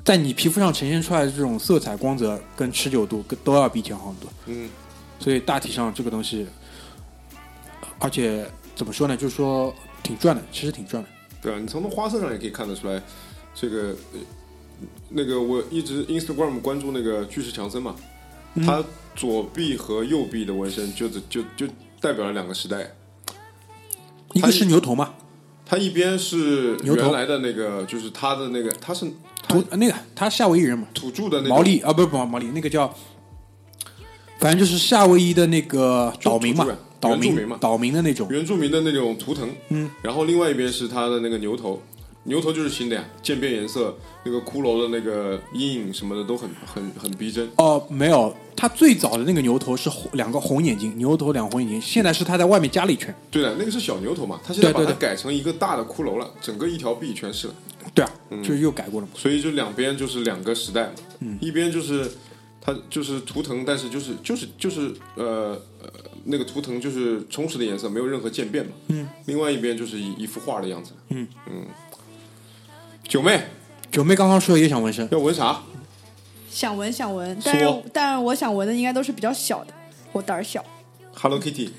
Speaker 2: 在你皮肤上呈现出来的这种色彩、光泽跟持久度跟都要比以前好很多。
Speaker 4: 嗯，
Speaker 2: 所以大体上这个东西，而且怎么说呢，就是说挺赚的，其实挺赚的。
Speaker 4: 对啊，你从花色上也可以看得出来，这个呃那个我一直 Instagram 关注那个巨石强森嘛，
Speaker 2: 嗯
Speaker 4: 他左臂和右臂的纹身就就就代表了两个时代。
Speaker 2: 一个是牛头嘛，
Speaker 4: 他一边是
Speaker 2: 牛头
Speaker 4: 原来的那个，就是他的那个，他是
Speaker 2: 土那个他夏威夷人嘛，
Speaker 4: 土著的那个
Speaker 2: 毛利啊，不是不是毛利，那个叫，反正就是夏威夷的那个岛民嘛
Speaker 4: 就土著人，
Speaker 2: 岛
Speaker 4: 原住民嘛
Speaker 2: 民岛民的那种，
Speaker 4: 原住民的那种图腾，嗯，然后另外一边是他的那个牛头，牛头就是新的呀，渐变颜色，那个骷髅的那个阴影什么的都很很很逼真。
Speaker 2: 哦，没有，他最早的那个牛头是红两个红眼睛，牛头两个红眼睛，现在是他在外面加了一圈。
Speaker 4: 对的，那个是小牛头嘛，他现在
Speaker 2: 对
Speaker 4: 把
Speaker 2: 对
Speaker 4: 它
Speaker 2: 对
Speaker 4: 改成一个大的骷髅了，整个一条臂全是了，
Speaker 2: 对啊，就是又改过了嘛。
Speaker 4: 所以就两边就是两个时代嘛，嗯，一边就是它就是图腾，但是就是就是就是呃呃那个图腾就是充实的颜色，没有任何渐变嘛，嗯，另外一边就是一一幅画的样子，嗯嗯，九妹
Speaker 2: 九妹刚刚说也想纹身，
Speaker 4: 要纹啥？
Speaker 3: 想纹想纹，但是
Speaker 4: 说
Speaker 3: 但我想纹的应该都是比较小的，我胆儿小。
Speaker 4: Hello Kitty，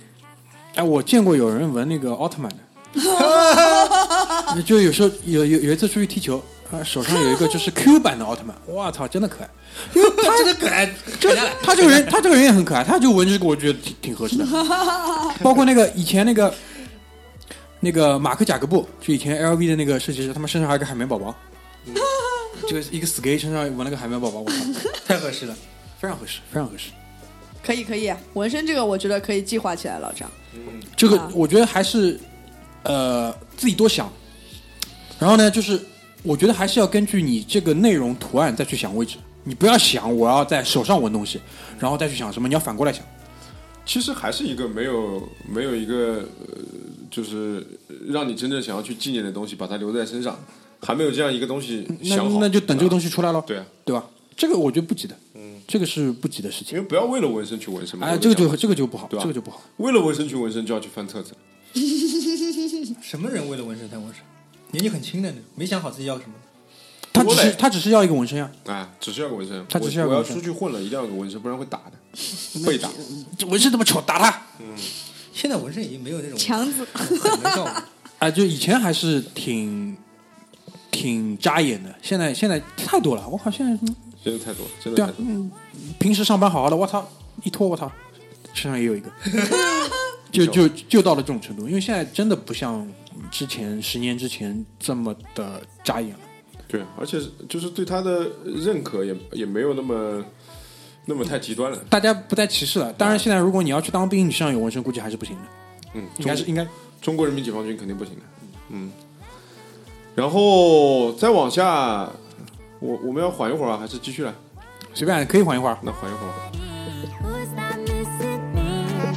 Speaker 2: 哎，我见过有人纹那个奥特曼的， 就有时候有有有一次出去踢球，啊，手上有一个就是 Q 版的奥特曼，我操，真的可爱。因为 他真的可爱，就他这个人，他这个人也很可爱，他就纹这个我觉得挺挺合适的。包括那个以前那个那个马克贾格布，就以前 LV 的那个设计师，他们身上还有个海绵宝宝，就是一个 skate 身上纹了个海绵宝宝，我操，
Speaker 5: 太合适了。
Speaker 2: 非常合适，非常合适。
Speaker 3: 可以可以，啊纹身这个我觉得可以计划起来，老张。
Speaker 2: 这个
Speaker 3: 啊
Speaker 2: 我觉得还是呃自己多想，然后呢，就是我觉得还是要根据你这个内容图案再去想位置，你不要想我要在手上纹东西，然后再去想什么，你要反过来想。
Speaker 4: 其实还是一个没有没有一个呃，就是让你真正想要去纪念的东西，把它留在身上，还没有这样一个东西
Speaker 2: 那
Speaker 4: 想好，
Speaker 2: 那就等这个东
Speaker 4: 西。
Speaker 2: 西出来咯，
Speaker 4: 对啊
Speaker 2: 对吧？这个我觉得不急的，嗯，这个是不急的事
Speaker 4: 因
Speaker 2: 情。
Speaker 4: 为不要为了纹身去纹身嘛，
Speaker 2: 哎，
Speaker 4: 我
Speaker 2: 这个
Speaker 4: 讲
Speaker 2: 就这个就不好，
Speaker 4: 对吧
Speaker 2: 这个就不好。
Speaker 4: 为了纹身去纹身就要去翻册子，
Speaker 5: 什么人为了纹身才纹身？年纪很轻的那种，没想好自己要什么。
Speaker 2: 他只
Speaker 4: 多
Speaker 2: 是
Speaker 4: 嘞
Speaker 2: 他只是要一个纹身啊，
Speaker 4: 哎，只需要个纹身。
Speaker 2: 他只需要
Speaker 4: 我
Speaker 2: 个
Speaker 4: 我要
Speaker 2: 纹身
Speaker 4: 出去混了，一定要有个纹身，不然会打的，被打。
Speaker 2: 这纹身这么丑，打他！
Speaker 5: 现在纹身已经没有那种
Speaker 3: 强子，
Speaker 5: 很能照顾。
Speaker 2: 啊，就以前还是挺挺扎眼的，现在现在太多了。我靠，现在
Speaker 4: 真的太多，真
Speaker 2: 对
Speaker 4: 的
Speaker 2: 啊
Speaker 4: 太多。
Speaker 2: 平时上班好好的，我操，一脱我操，身上也有一个，就就就到了这种程度。因为现在真的不像之前十年之前这么的扎眼了。
Speaker 4: 对啊，而且是就是对他的认可也也没有那么那么太极端了。
Speaker 2: 大家不再歧视了。当
Speaker 5: 嗯
Speaker 2: 然，现在如果你要去当兵，你身上有纹身，估计还是不行的。
Speaker 4: 嗯，
Speaker 2: 应该是应该
Speaker 4: 中国人民解放军肯定不行的。嗯，然后再往下，我我们要缓一会儿啊，还是继续来？
Speaker 2: 随便可以缓一会儿。
Speaker 4: 那缓一会儿吧。啊
Speaker 1: Who's not missing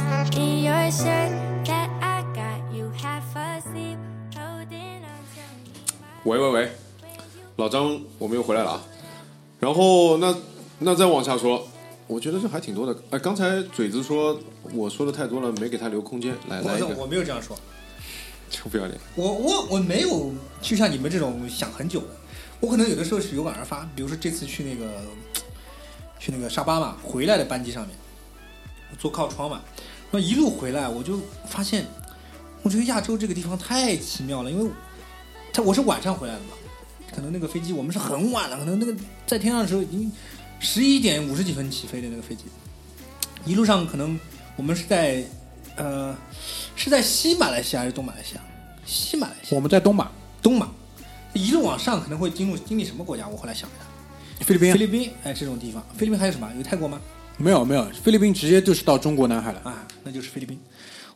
Speaker 1: shirt that I got you half asleep, holding on to me.
Speaker 4: 喂喂喂，老张，我们又回来了啊。然后那那再往下说，我觉得这还挺多的。哎，刚才嘴子说我说的太多了，没给他留空间。来来一
Speaker 5: 我我
Speaker 4: 个，
Speaker 5: 没有这样说，
Speaker 4: 臭 不要脸！
Speaker 5: 我我我没有就像你们这种想很久的，我可能有的时候是有感而发，比如说这次去那个去那个沙巴嘛，回来的班机上面，我坐靠窗嘛，那一路回来我就发现，我觉得亚洲这个地方太奇妙了，因为他我是晚上回来的嘛，可能那个飞机我们是很晚了，可能那个在天上的时候已经十一点五十几分起飞的那个飞机，一路上可能我们是在呃是在西马来西亚还是东马来西亚？西马来西亚。
Speaker 2: 我们在东马、
Speaker 5: 东马，一路往上可能会经入经历什么国家？我后来想一下，
Speaker 2: 菲律宾啊
Speaker 5: 菲、律宾，哎，这种地方，菲律宾还有什么？有泰国吗？
Speaker 2: 没有没有，菲律宾直接就是到中国南海了。
Speaker 5: 啊，那就是菲律宾。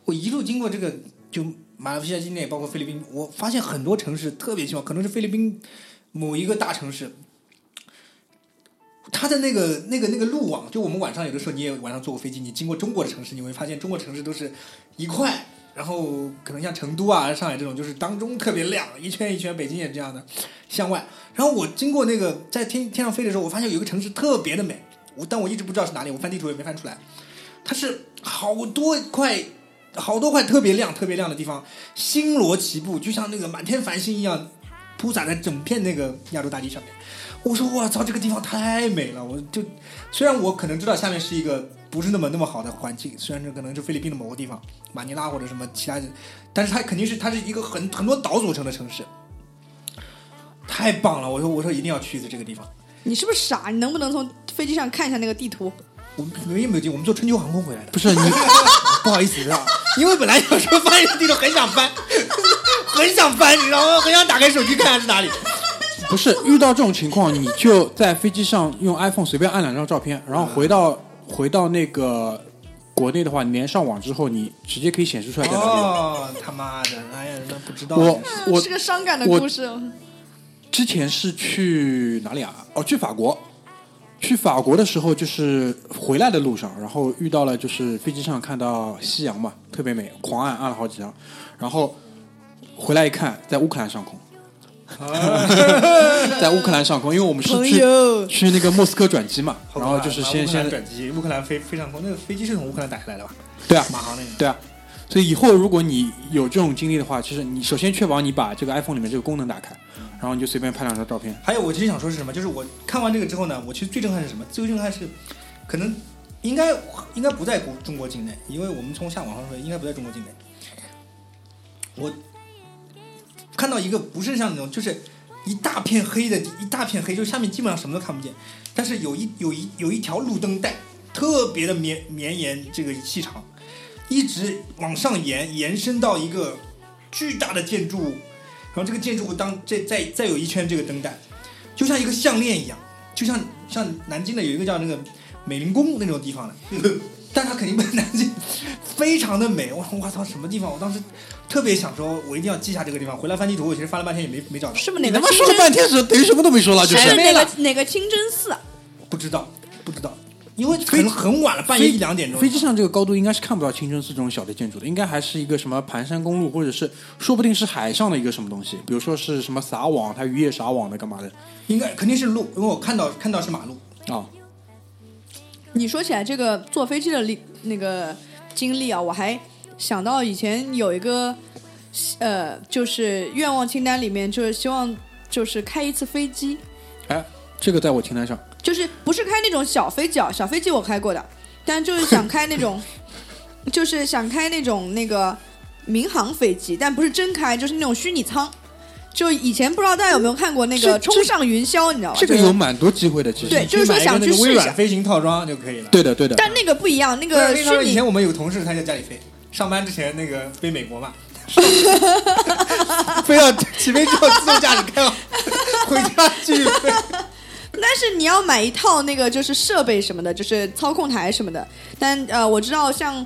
Speaker 5: 我一路经过这个，就马来西亚境内，包括菲律宾，我发现很多城市特别奇妙，可能是菲律宾某一个大城市，它的那个那个那个路网，就我们晚上有的时候你也晚上坐过飞机，你经过中国的城市，你会发现中国城市都是一块，然后可能像成都啊、上海这种，就是当中特别亮，一圈一圈，北京也这样的向外。然后我经过那个在天天上飞的时候，我发现有一个城市特别的美，我但我一直不知道是哪里，我翻地图也没翻出来。它是好多块，好多块特别亮、特别亮的地方，星罗棋布，就像那个满天繁星一样，铺洒在整片那个亚洲大地上面。我说我操，这个地方太美了！我就虽然我可能知道下面是一个不是那么那么好的环境，虽然这可能是菲律宾的某个地方，马尼拉或者什么其他的，但是它肯定是它是一个很很多岛组成的城 市，太棒了！我说我说一定要去一次这个地方。
Speaker 3: 你是不是傻？你能不能从飞机上看一下那个地图？
Speaker 5: 我们没有没有进，我们坐春秋航空回来的。
Speaker 2: 不是你，
Speaker 5: 不好意思，知道吗，因为本来有时候翻一个地图很想翻，很想翻，你知道吗？很想打开手机看看是哪里。
Speaker 2: 不是遇到这种情况，你就在飞机上用 iPhone 随便按两张照
Speaker 5: 嗯
Speaker 2: 片，然后回到回到那个国内的话，你连上网之后，你直接可以显示出来在哪里了。
Speaker 5: 哦，他妈的，哎呀，那不知道。
Speaker 2: 我我
Speaker 3: 是个伤感的
Speaker 2: 我
Speaker 3: 故事。
Speaker 2: 之前是去哪里啊？哦，去法国。去法国的时候，就是回来的路上，然后遇到了，就是飞机上看到夕阳嘛，特别美，狂按按了好几张，然后回来一看，在乌克兰上空， 在乌克兰上空，因为我们是
Speaker 3: 啊朋友
Speaker 2: 去去那个莫斯科转机嘛，
Speaker 5: 好
Speaker 2: 然
Speaker 5: 可怕
Speaker 2: 后就是先
Speaker 5: 乌克兰
Speaker 2: 先
Speaker 5: 转机，乌克兰飞飞上空，那个飞机是从乌克兰打下来的吧？
Speaker 2: 对啊，
Speaker 5: 马航那个。
Speaker 2: 对啊，所以以后如果你有这种经历的话，其实你首先确保你把这个 iPhone 里面这个功能打开，然后你就随便拍两张照片，
Speaker 5: 还有，我其实想说是什么，就是我看完这个之后呢，我其实最震撼是什么？最震撼是，可能应该应该不在国中国境内，因为我们从下往上说，应该不在中国境内。我看到一个不是像那种，就是一大片黑的，一大片黑，就是下面基本上什么都看不见，但是有一有一有一条路灯带，特别的绵绵延这个细长，一直往上延延伸到一个巨大的建筑物，然后这个建筑物当这再再有一圈这个灯带，就像一个项链一样，就像像南京的有一个叫那个美龄宫那种地方的，但它肯定不是南京， 非常的美。我说我操，什么地方？我当时特别想说，我一定要记下这个地方。回来翻地图，我其实翻了半天也没没找到，
Speaker 3: 是不是
Speaker 2: 你
Speaker 3: 哪
Speaker 2: 他
Speaker 3: 个
Speaker 2: 妈
Speaker 3: 清
Speaker 2: 说了
Speaker 3: 真？
Speaker 2: 半天是等于什么都没说了，就
Speaker 3: 不
Speaker 2: 是
Speaker 5: 哎。
Speaker 3: 哪个哪个清真寺啊？
Speaker 5: 不知道不知道，因为可能很晚了，半夜一两点钟。
Speaker 2: 飞机上这个高度应该是看不到清真寺这种小的建筑的，应该还是一个什么盘山公路，或者是说不定是海上的一个什么东西，比如说是什么撒网，它渔业撒网的干嘛的
Speaker 5: 应该肯定是路，因为我看到看到是马路。
Speaker 2: 啊？
Speaker 3: 你说起来这个坐飞机的历那个经历啊，我还想到以前有一个呃，就是愿望清单里面就是希望就是开一次飞机，
Speaker 2: 哎，这个在我清单上，
Speaker 3: 就是不是开那种小飞机啊，小飞机我开过的，但就是想开那种，就是想开那种那个民航飞机，但不是真开，就是那种虚拟舱。就以前不知道大家有没有看过那个
Speaker 2: 这
Speaker 3: 《冲上云霄》，你知道吧？
Speaker 2: 这个
Speaker 3: 就是
Speaker 2: 有蛮多机会的，其实。
Speaker 3: 对就是说想去
Speaker 5: 你买一个那个微
Speaker 3: 试一下
Speaker 5: 软飞行套装就可以了。
Speaker 2: 对的，对的。
Speaker 3: 但那个不一样，那
Speaker 5: 不是
Speaker 3: 个
Speaker 5: 因
Speaker 3: 虚
Speaker 5: 为他说以
Speaker 3: 拟
Speaker 5: 前我们有同事他在家里飞，上班之前那个飞美 国嘛，飞到起飞之后自动驾驶开往回家继续飞。
Speaker 3: 但是你要买一套那个就是设备什么的，就是操控台什么的。但呃，我知道像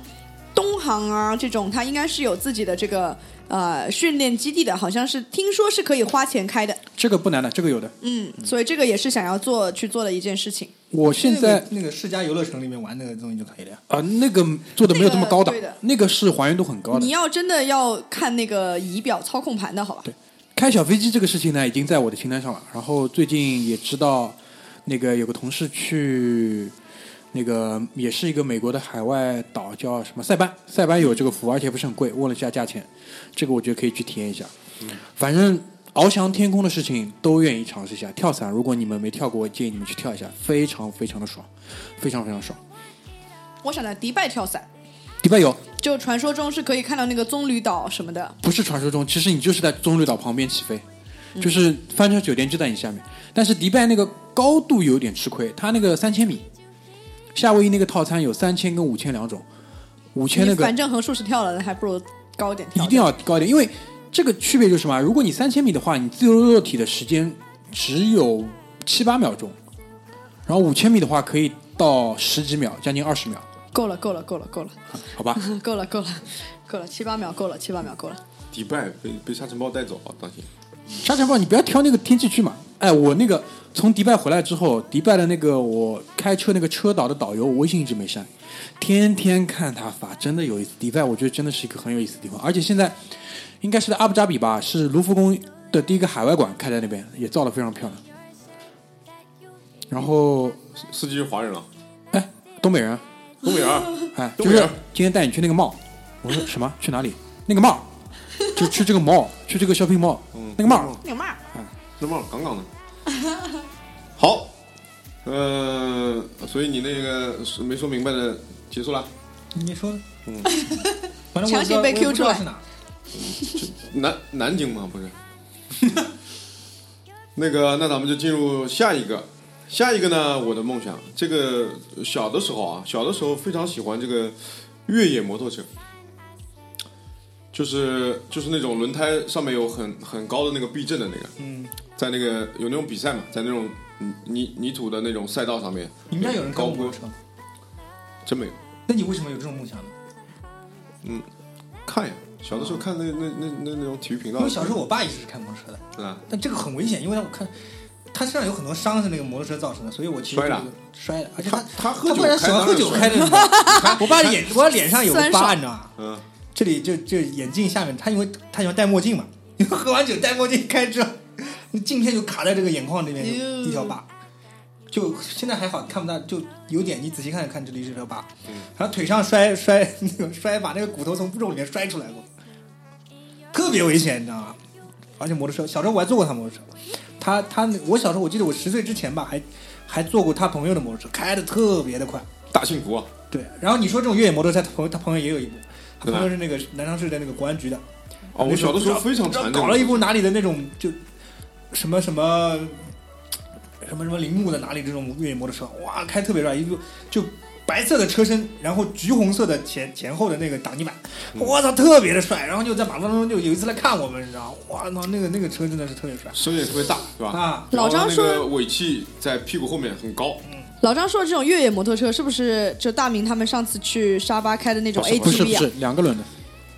Speaker 3: 东航啊这种，它应该是有自己的这个呃训练基地的，好像是听说是可以花钱开的。
Speaker 2: 这个不难的，这个有的。
Speaker 3: 嗯，所以这个也是想要做去做的一件事情。
Speaker 2: 我现
Speaker 5: 那个
Speaker 2: 在
Speaker 5: 那个世嘉游乐城里面玩那个东西就可以了呀。
Speaker 2: 啊，那个做的没有这么高档
Speaker 3: 那个对的，
Speaker 2: 那个是还原度很高的
Speaker 3: 你。要真的要看那个仪表操控盘的好吧？
Speaker 2: 对，开小飞机这个事情呢，已经在我的清单上了。然后最近也知道，那个有个同事去，那个也是一个美国的海外岛，叫什么塞班，塞班有这个服务，而且不是很贵。问了一下价钱，这个我觉得可以去体验一下。反正翱翔天空的事情都愿意尝试一下。跳伞，如果你们没跳过，我建议你们去跳一下，非常非常的爽，非常非常爽。
Speaker 3: 我想在迪拜跳伞，
Speaker 2: 迪拜有，
Speaker 3: 就传说中是可以看到那个棕榈岛什么的。
Speaker 2: 不是传说中，其实你就是在棕榈岛旁边起飞，就是帆船酒店就在你下面。但是迪拜那个高度有点吃亏，它那个三千米，夏威夷那个套餐有三千跟五千两种，五千那
Speaker 3: 你
Speaker 2: 个
Speaker 3: 反正横竖是跳了的，还不如高一点跳。
Speaker 2: 一定要高一点，因为这个区别就是什么？啊如果你三千米的话，你自由落体的时间只有七八秒钟，然后五千米的话可以到十几秒，将近二十秒，
Speaker 3: 够了，够了，够了， 够了，
Speaker 2: 好吧？
Speaker 3: 够了， 够了，够了，七八秒够了，七八秒够了。
Speaker 4: 迪拜被被沙尘暴带走啊，当心！
Speaker 2: 沙尘暴，你不要挑那个天气去嘛。哎，我那个从迪拜回来之后，迪拜的那个我开车那个车导的导游，我微信一直没删，天天看他发，真的有意思。迪拜我觉得真的是一个很有意思的地方，而且现在应该是在阿布扎比吧，是卢浮宫的第一个海外馆开在那边，也造的非常漂亮。然后，
Speaker 4: 司机是华 人啊，
Speaker 2: 哎，东北人，
Speaker 4: 东北人啊，
Speaker 2: 哎，
Speaker 4: 东
Speaker 2: 就
Speaker 4: 北
Speaker 2: 是
Speaker 4: 人
Speaker 2: 今天带你去那个 mall，我说什么？去哪里？那个 mall，就去这个 mall，去这个 shopping mall，、
Speaker 4: 嗯
Speaker 2: 那个 mall，
Speaker 3: 你嘛？
Speaker 4: 那帽杠杠的。 好，呃，所以你那个是没说明白的结束了。
Speaker 5: 你说，嗯，反正我
Speaker 3: 强行被
Speaker 5: 不知道
Speaker 3: Q 出来
Speaker 5: 我也不知道是哪？
Speaker 4: 南南京吗？不是。 那个，那咱们就进入下一个。下一个呢，我的梦想，这个小的时候啊，小的时候非常喜欢这个越野摩托车，就是就是那种轮胎上面有很很高的那个避震的那个，
Speaker 5: 嗯，
Speaker 4: 在那个有那种比赛嘛，在那种泥泥泥土的那种赛道上面，
Speaker 5: 你们家有人
Speaker 4: 高
Speaker 5: 搞摩
Speaker 4: 坡
Speaker 5: 托，车吗？
Speaker 4: 真没有，
Speaker 5: 那你为什么有这种梦想呢？
Speaker 4: 看呀，小的时候看那那那那那种体育频道，
Speaker 5: 哦因为小时候我爸一直是开摩托车的，
Speaker 4: 候啊，
Speaker 5: 但这个很危险，因为我看他身上有很多伤是那个摩托车造成的，所以我其实
Speaker 4: 摔了
Speaker 5: 就是摔了，而且
Speaker 4: 他他
Speaker 5: 他
Speaker 4: 喝
Speaker 5: 他
Speaker 4: 酒
Speaker 5: 不然喜欢喝酒
Speaker 4: 开
Speaker 5: 开
Speaker 4: 的
Speaker 5: 的，你知道 吗我爸脸我脸上有个
Speaker 3: 酸
Speaker 5: 疤，
Speaker 3: 爽
Speaker 5: 你知道吗？
Speaker 4: 嗯，
Speaker 5: 这里就就眼镜下面，他因为他喜欢戴墨镜嘛， 因为喝完酒戴墨镜开车，那镜片就卡在这个眼眶这边，
Speaker 3: 哎
Speaker 5: 就
Speaker 3: 呦
Speaker 5: 一条疤。就现在还好看不到，就有点你仔细看看这里是条疤，
Speaker 4: 嗯
Speaker 5: 然后腿上摔摔那个摔把那个骨头从肉里面摔出来过，特别危险，你知道吗？而且摩托车，小时候我还坐过他摩托车，他他我小时候我记得我十岁之前吧，还还坐过他朋友的摩托车，开的特别的快，
Speaker 4: 大幸福啊，
Speaker 5: 对，然后你说这种越野摩托车，他朋友他朋友也有一部，他
Speaker 4: 对吧
Speaker 5: 朋友是那个南昌市的那个公安局的。
Speaker 4: 哦，我小的时候非常馋这
Speaker 5: 搞
Speaker 4: 种
Speaker 5: 了一部哪里的那种就什么什么什么什么铃木的哪里这种越野摩托车，哇，开特别帅，一部就白色的车身，然后橘红色的前前后的那个挡泥板，我操，特别的帅。然后就在马路当中就有一次来看我们，你知道吗，哇，那那个那个车真的是特别帅
Speaker 4: 声音也特别大，对吧？
Speaker 5: 啊。
Speaker 4: 然
Speaker 3: 老
Speaker 4: 后
Speaker 3: 张说
Speaker 4: 那个尾气在屁股后面很高，
Speaker 3: 老张说的这种越野摩托车是不是就大明他们上次去沙巴开的那种
Speaker 4: 什么
Speaker 2: 不是不
Speaker 3: ATV
Speaker 2: 是
Speaker 3: 啊？
Speaker 2: 两个轮的。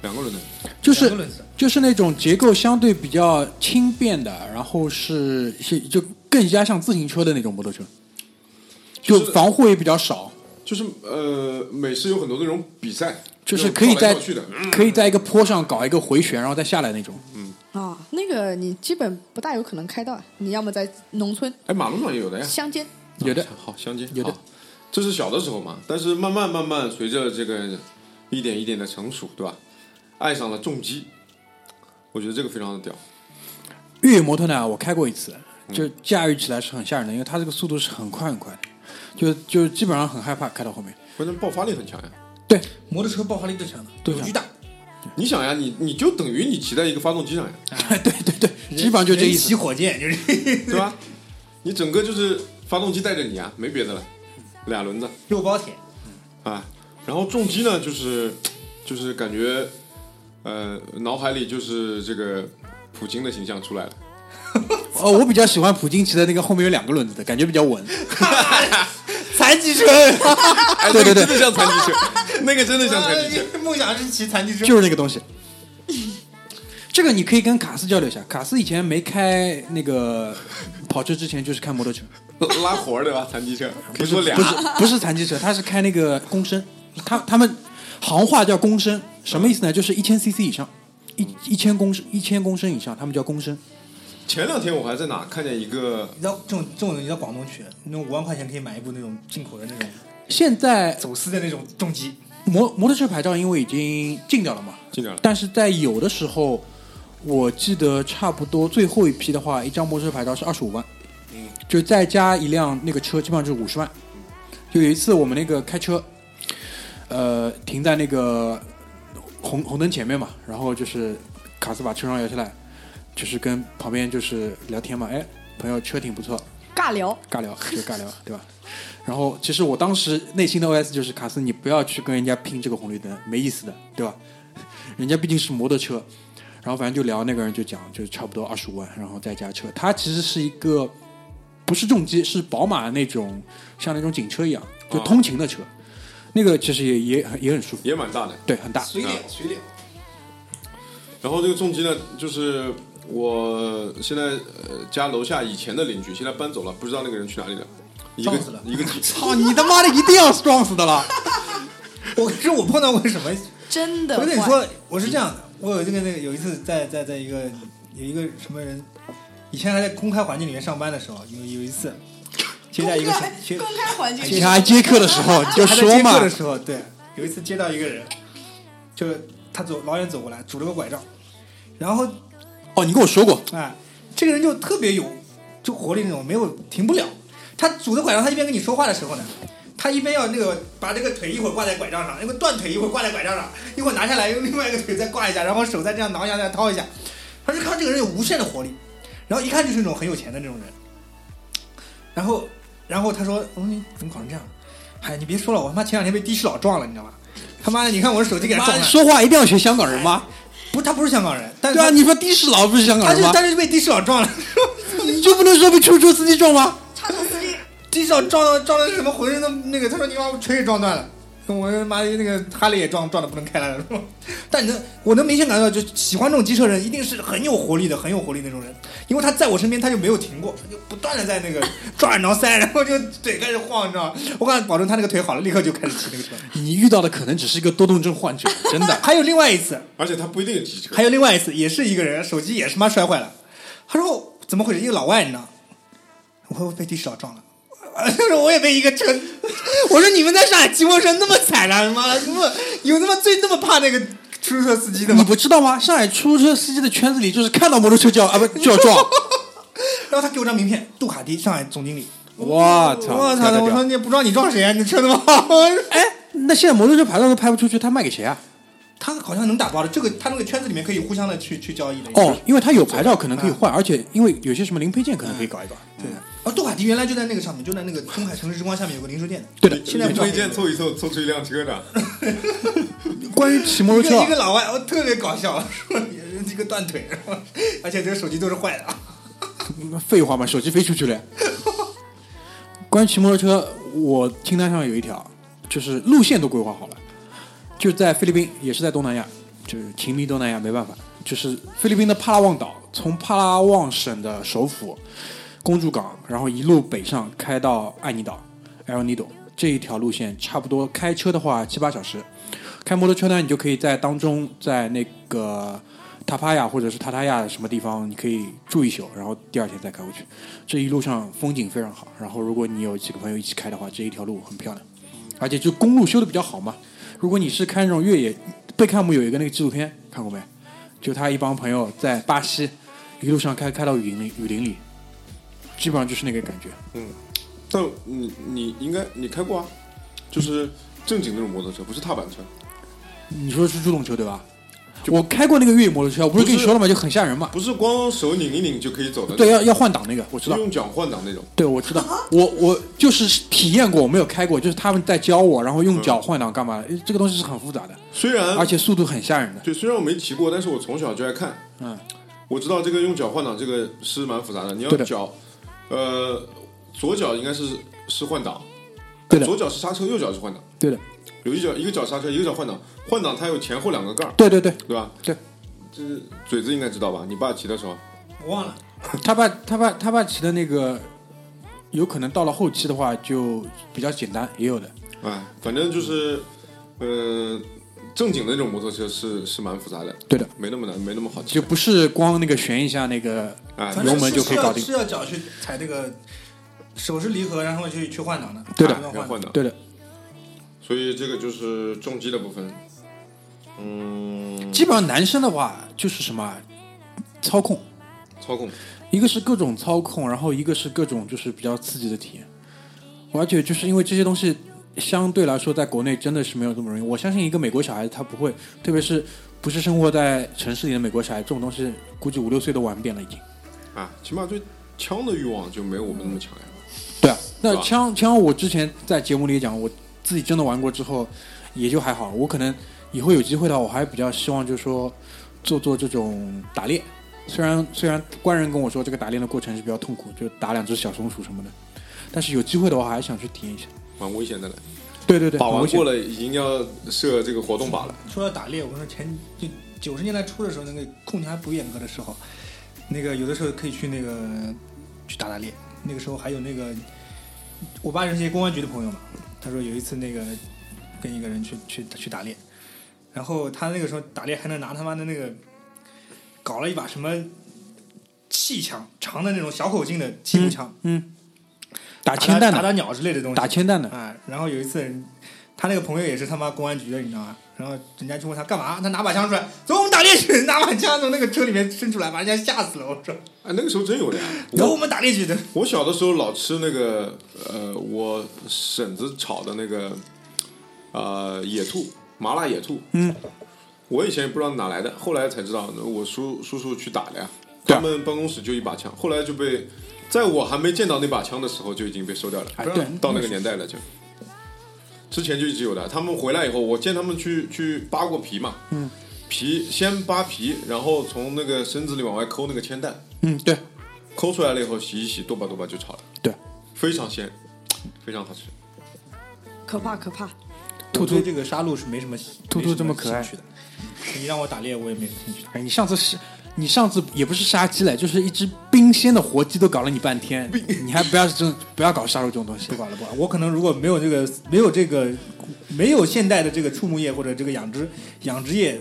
Speaker 4: 两个轮的，
Speaker 2: 就
Speaker 5: 两
Speaker 2: 是
Speaker 5: 个轮子
Speaker 2: 就是那种结构相对比较轻便的，然后是是就更加像自行车的那种摩托车，就
Speaker 4: 就是
Speaker 2: 防护也比较少，
Speaker 4: 就是呃，美式有很多那种比赛，
Speaker 2: 就是可以
Speaker 4: 那种跳
Speaker 2: 在
Speaker 4: 来跳去的，
Speaker 2: 可以在一个坡上搞一个回旋，然后再下来那种。
Speaker 3: 啊，那个你基本不大有可能开到，啊你要么在农村
Speaker 4: 哎，马路上也有的呀，
Speaker 3: 乡间。
Speaker 2: 有的
Speaker 4: 好乡间
Speaker 2: 有的
Speaker 4: 好这是小的时候嘛，但是慢慢慢慢随着这个一点一点的成熟，对吧？爱上了重机，我觉得这个非常的屌，
Speaker 2: 越野摩托呢，我开过一次，就驾驭起来是很吓人的，因为它这个速度是很快很快的，就就基本上很害怕开到后面。
Speaker 4: 关键爆发力很强呀。
Speaker 2: 对，
Speaker 5: 摩托车爆发力最强的，
Speaker 2: 对
Speaker 5: 有巨大，
Speaker 4: 你想呀，你你就等于你骑在一个发动机上呀，
Speaker 2: 对对对，基本上就这意
Speaker 5: 人 骑
Speaker 2: 思。
Speaker 5: 火箭就是
Speaker 4: 对吧？你整个就是发动机带着你啊，没别的了，俩轮子。
Speaker 5: 肉包铁，
Speaker 4: 啊，然后重击呢，就是就是感觉，呃，脑海里就是这个普京的形象出来了。
Speaker 2: 哦，我比较喜欢普京骑的那个后面有两个轮子的感觉比较稳。
Speaker 5: 残疾车，
Speaker 4: 哎，
Speaker 2: 对对对哎
Speaker 4: 真的像残疾 车，那个真的像残疾犬，
Speaker 5: 呃梦想是骑残疾车，
Speaker 2: 就是那个东西。 这个你可以跟卡斯交流一下，卡斯以前没开那个跑车之前就是开摩托车，
Speaker 4: 拉活儿对吧？残疾犬可以
Speaker 2: 不是
Speaker 4: 说俩
Speaker 2: 不，是不是残疾车，他是开那个公升，他他们行话叫公升，什么意思呢？就是一千 CC 以上，一一千公升一千公升以上，他们叫公升。
Speaker 4: 前两天我还在哪看见一个
Speaker 5: 你知道这种这种东西到广东去，那种五万块钱可以买一部那种进口的那种
Speaker 2: 现在
Speaker 5: 走私的那种重机，
Speaker 2: 摩摩托车牌照因为已经禁掉了嘛，
Speaker 4: 进来了，
Speaker 2: 但是在有的时候，我记得差不多最后一批的话，一张摩托车牌照是二十五万，就再加一辆那个车，基本上就是五十万。就有一次我们那个开车，呃，停在那个红红灯前面嘛，然后就是卡斯把车窗摇下来，就是跟旁边就是聊天嘛，哎，朋友车挺不错，
Speaker 3: 尬聊，
Speaker 2: 尬聊就尬聊，对吧？然后其实我当时内心的 OS 就是卡斯，你不要去跟人家拼这个红绿灯，没意思的，对吧？ 人家毕竟是摩托车，然后反正就聊那个人就讲，就差不多二十五万，然后再加车。他其实是一个不是重机，是宝马那种像那种警车一样，就通勤的车，那个其实也也很也很舒服，
Speaker 4: 也蛮大的。
Speaker 2: 对，很大。啊
Speaker 5: 随脸随脸，
Speaker 4: 然后这个重机呢，就是我现在呃家楼下以前的邻居，现在搬走了，不知道那个人去哪里了。一个
Speaker 5: 撞死了
Speaker 4: 一个
Speaker 2: 操你他妈的，一定要撞死的了！
Speaker 5: 我可是我碰到过什么？
Speaker 3: 真的
Speaker 5: 我
Speaker 3: 坏。
Speaker 5: 跟你说，我是这样的，我有这个那个有一次在在在一个有一个什么人，以前还在公开环境里面上班的时候，有有 一次接
Speaker 3: 公
Speaker 5: 待
Speaker 3: 开
Speaker 5: 一个小接哦
Speaker 3: 公开哦环境
Speaker 2: 警察接客的时候你就
Speaker 5: 还在
Speaker 2: 说
Speaker 5: 接
Speaker 2: 嘛
Speaker 5: 客的，时候，对，有一次接到一个人，就是他走老远走过来，拄了个拐杖，然后
Speaker 2: 哦，你跟我说过，
Speaker 5: 哎，这个人就特别有就活力那种，没有停不了。他拄着拐杖，他一边跟你说话的时候呢，他一边要那个把这个腿一会儿挂在拐杖上，一会儿断腿一会儿挂在拐杖上，一会儿拿下来用另外一个腿再挂一下，然后手再这样挠一下再掏一下。他就看这个人有无限的活力，然后一看就是那种很有钱的那种人。然后，然后他说：“嗯，你怎么搞成这样？嗨，你别说了，我他妈前两天被的士佬撞了，你知道吗？他妈的，你看我的手机给他撞
Speaker 2: 妈
Speaker 5: 了。
Speaker 2: 说话一定要学香港人吗？
Speaker 5: 不是，他不是香港人，但是
Speaker 2: 对啊，
Speaker 5: 他
Speaker 2: 你说的士佬不是香港
Speaker 5: 他
Speaker 2: 人
Speaker 5: 就
Speaker 2: 吗？
Speaker 5: 他就是被的士佬撞了。”
Speaker 2: 你就不能说被出租车司机撞吗？
Speaker 3: 差头司机，
Speaker 5: 地上撞到撞到什么浑身都那个，他说你把我腿也撞断了，我他妈那个哈雷也撞撞的不能开了，是吧？但你能我能明显感觉到，就喜欢这种机车人一定是很有活力的，很有活力那种人，因为他在我身边他就没有停过，他就不断的在那个抓耳挠腮，然后就腿开始晃，你知道吗？我敢保证他那个腿好了，立刻就开始骑那个车。
Speaker 2: 你遇到的可能只是一个多动症患 者，真的。
Speaker 5: 还有另外一次，
Speaker 4: 而且他不一定骑车，
Speaker 5: 还有另外一次，也是一个人，手机也是妈摔坏了。他说怎么回事？一个老外，你知道？我说被的士佬撞了。 他说我也被一个车。我说你们在上海骑摩托车那么惨啊？他妈那么有他妈最那么怕那个出租车司机的
Speaker 2: 你
Speaker 5: 吗？
Speaker 2: 不知道吗？上海出租车司机的圈子里，就是看到摩托车就要啊不就要撞。
Speaker 5: 然后他给我张名片，杜卡迪上海总经理。
Speaker 2: 我操！
Speaker 5: 我操！我说
Speaker 2: 说，
Speaker 5: 你也不撞你撞谁啊？你车那么好。
Speaker 2: 哎，那现在摩托车牌照都拍不出去，他卖给谁啊？
Speaker 5: 他好像能打包的，这个他那个圈子里面可以互相的去去交易的。
Speaker 2: 哦，因为他有牌照可能可以换，而且因为有些什么零配件可能可以搞一搞。
Speaker 5: 对。啊，杜卡迪原来就在那个上面，就在那个东海城市之光下面有个零售店的。
Speaker 2: 对的
Speaker 5: 现在不
Speaker 4: 你
Speaker 5: 知道
Speaker 4: 推荐凑一凑凑出一辆车的，
Speaker 2: 关于骑摩托
Speaker 5: 一个一
Speaker 2: 车
Speaker 5: 个
Speaker 2: 啊，
Speaker 5: 老外，我哦特别搞笑， 说一个断腿，然后而且这个手机都是坏的。啊
Speaker 2: 废话嘛，手机飞出去了呀。关于骑摩托车，我清单上有一条，就是路线都规划好了，就在菲律宾，也是在东南亚，就是情迷东南亚没办法，就是菲律宾的帕拉望岛，从帕拉望省的首府公主港，然后一路北上开到爱尼岛 El Nido 这一条路线，差不多开车的话七八小时，开摩托车呢，你就可以在当中在那个。塔帕亚或者是塔塔亚什么地方，你可以住一宿，然后第二天再开回去。这一路上风景非常好，然后如果你有几个朋友一起开的话，这一条路很漂亮。而且就公路修的比较好嘛。如果你是看那种越野，贝克汉姆有一个那个纪录片看过没？就他一帮朋友在巴西一路上开开到雨林里，雨林里，基本上就是那个感觉。
Speaker 4: 但你你应该你开过啊，就是正经那种摩托车，不是踏板车，
Speaker 2: 你说是助动车对吧？我开过那个越野摩托车，我不是跟你说了吗？就很吓人嘛。
Speaker 4: 不是光手拧一拧就可以走的，
Speaker 2: 对，，要要换挡那个，我知
Speaker 4: 不
Speaker 2: 道。
Speaker 4: 用脚换挡那种。
Speaker 2: 对，我知道，我我就是体验过，我没有开过，就是他们在教我，然后
Speaker 5: 嗯
Speaker 2: 用脚换挡干嘛的，因为这个东西是很复杂的，
Speaker 4: 虽然
Speaker 2: 而且速度很吓人的。
Speaker 4: 对，虽然我没骑过，但是我从小就爱看。
Speaker 2: 嗯，
Speaker 4: 我知道这个用脚换挡这个是蛮复杂的，你要
Speaker 2: 对的
Speaker 4: 脚，呃，左脚应该是是换挡，
Speaker 2: 对的
Speaker 4: 左脚是刹车，右脚是换挡，
Speaker 2: 对的，
Speaker 4: 有一脚一个脚刹车，一个脚换挡，换挡它有前后两个盖儿，
Speaker 2: 对对对
Speaker 4: 对吧？
Speaker 2: 对，
Speaker 4: 这嘴子应该知道吧？你爸骑的时候，
Speaker 5: 我忘了，
Speaker 2: 他爸他爸他爸骑的那个，有可能到了后期的话就比较简单，也有的。
Speaker 4: 哎，反正就是，呃，正经的那种摩托车是是蛮复杂的，
Speaker 2: 对的，
Speaker 4: 没那么难，没那么好骑
Speaker 2: 就。不是光那个旋一下那个
Speaker 4: 哎，
Speaker 5: 反
Speaker 2: 油
Speaker 5: 正
Speaker 2: 门
Speaker 5: 是
Speaker 2: 就可以搞定
Speaker 5: 啊是。要脚去踩这个，手是离合，然后去去换挡的，
Speaker 2: 对的
Speaker 5: 打
Speaker 4: 要
Speaker 5: 不动
Speaker 4: 换
Speaker 5: 换挡。
Speaker 4: 挡，
Speaker 2: 对的，
Speaker 4: 所以这个就是重击的部分。嗯，
Speaker 2: 基本上男生的话就是什么啊操控，
Speaker 4: 操控，
Speaker 2: 一个是各种操控，然后一个是各种就是比较刺激的体验。而且就是因为这些东西相对来说在国内真的是没有这么容易。我相信一个美国小孩子他不会，特别是不是生活在城市里的美国小孩，这种东西估计五六岁都玩遍了已经。
Speaker 4: 啊，起码对枪的欲望就没有我们那么强呀。
Speaker 2: 对啊，那
Speaker 4: 是吧
Speaker 2: 枪枪我之前在节目里也讲，我自己真的玩过之后也就还好。我可能以后有机会的话，我还比较希望就是说做做这种打猎。虽然虽然官人跟我说这个打猎的过程是比较痛苦，就打两只小松鼠什么的，但是有机会的话还想去体验一下。
Speaker 4: 蛮危险的嘞，
Speaker 2: 对对对，
Speaker 4: 把
Speaker 2: 很
Speaker 4: 玩
Speaker 2: 危险
Speaker 4: 过了已经要设这个活动靶了。
Speaker 5: 说到打猎，我说前就九十年代初的时候，那个控制还不严格的时候，那个有的时候可以去那个去打打猎。那个时候还有那个，我爸是些公安局的朋友嘛，他说有一次那个跟一个人去去去打猎，然后他那个时候打猎还能拿他妈的那个搞了一把什么气枪，长的那种小口径的气步枪，
Speaker 2: 嗯，打
Speaker 5: 打
Speaker 2: 铅弹
Speaker 5: 打
Speaker 2: 的，
Speaker 5: 打鸟之类的东西，
Speaker 2: 打铅弹的，
Speaker 5: 啊，然后有一次，他那个朋友也是他妈公安局的，你知道吗？然后人家就问他干嘛，他拿把枪出来，走，我们打猎去， 拿把枪从那个车里面伸出来，把人家吓死了。我说，
Speaker 4: 哎，那个时候真有的呀。
Speaker 5: 走，
Speaker 4: 我
Speaker 5: 我们打猎去 的。
Speaker 4: 我小的时候老吃那个呃，我婶子炒的那个呃野兔，麻辣野兔。
Speaker 2: 嗯，
Speaker 4: 我以前也不知道哪来的，后来才知道，我叔叔叔去打的呀。
Speaker 2: 对
Speaker 4: 他
Speaker 2: 啊
Speaker 4: 们办公室就一把枪，后来就被，在我还没见到那把枪的时候就已经被收掉了。
Speaker 2: 哎对
Speaker 4: 到那个年代了就。之前就一直有的，他们回来以后，我见他们去去扒过皮嘛，嗯，皮先扒皮，然后从那个身子里往外抠那个铅弹，
Speaker 2: 嗯，对
Speaker 4: 抠出来了以后洗一洗，剁吧剁吧就炒了，
Speaker 2: 对，
Speaker 4: 非常鲜，非常好吃。
Speaker 3: 可怕可怕。
Speaker 2: 兔兔
Speaker 5: 我对这个杀戮是没什么
Speaker 2: 兔兔这么可爱
Speaker 5: 没什么兴趣的。你让我打猎，我也没有兴趣。
Speaker 2: 哎，你上次是，你上次也不是杀鸡了，就是一只冰鲜的活鸡都搞了你半天，你还不要这种不要搞杀戮这种东西，
Speaker 5: 不管了，不管了。我可能如果没有这个，没有这个，没有现代的这个畜牧业或者这个养殖养殖业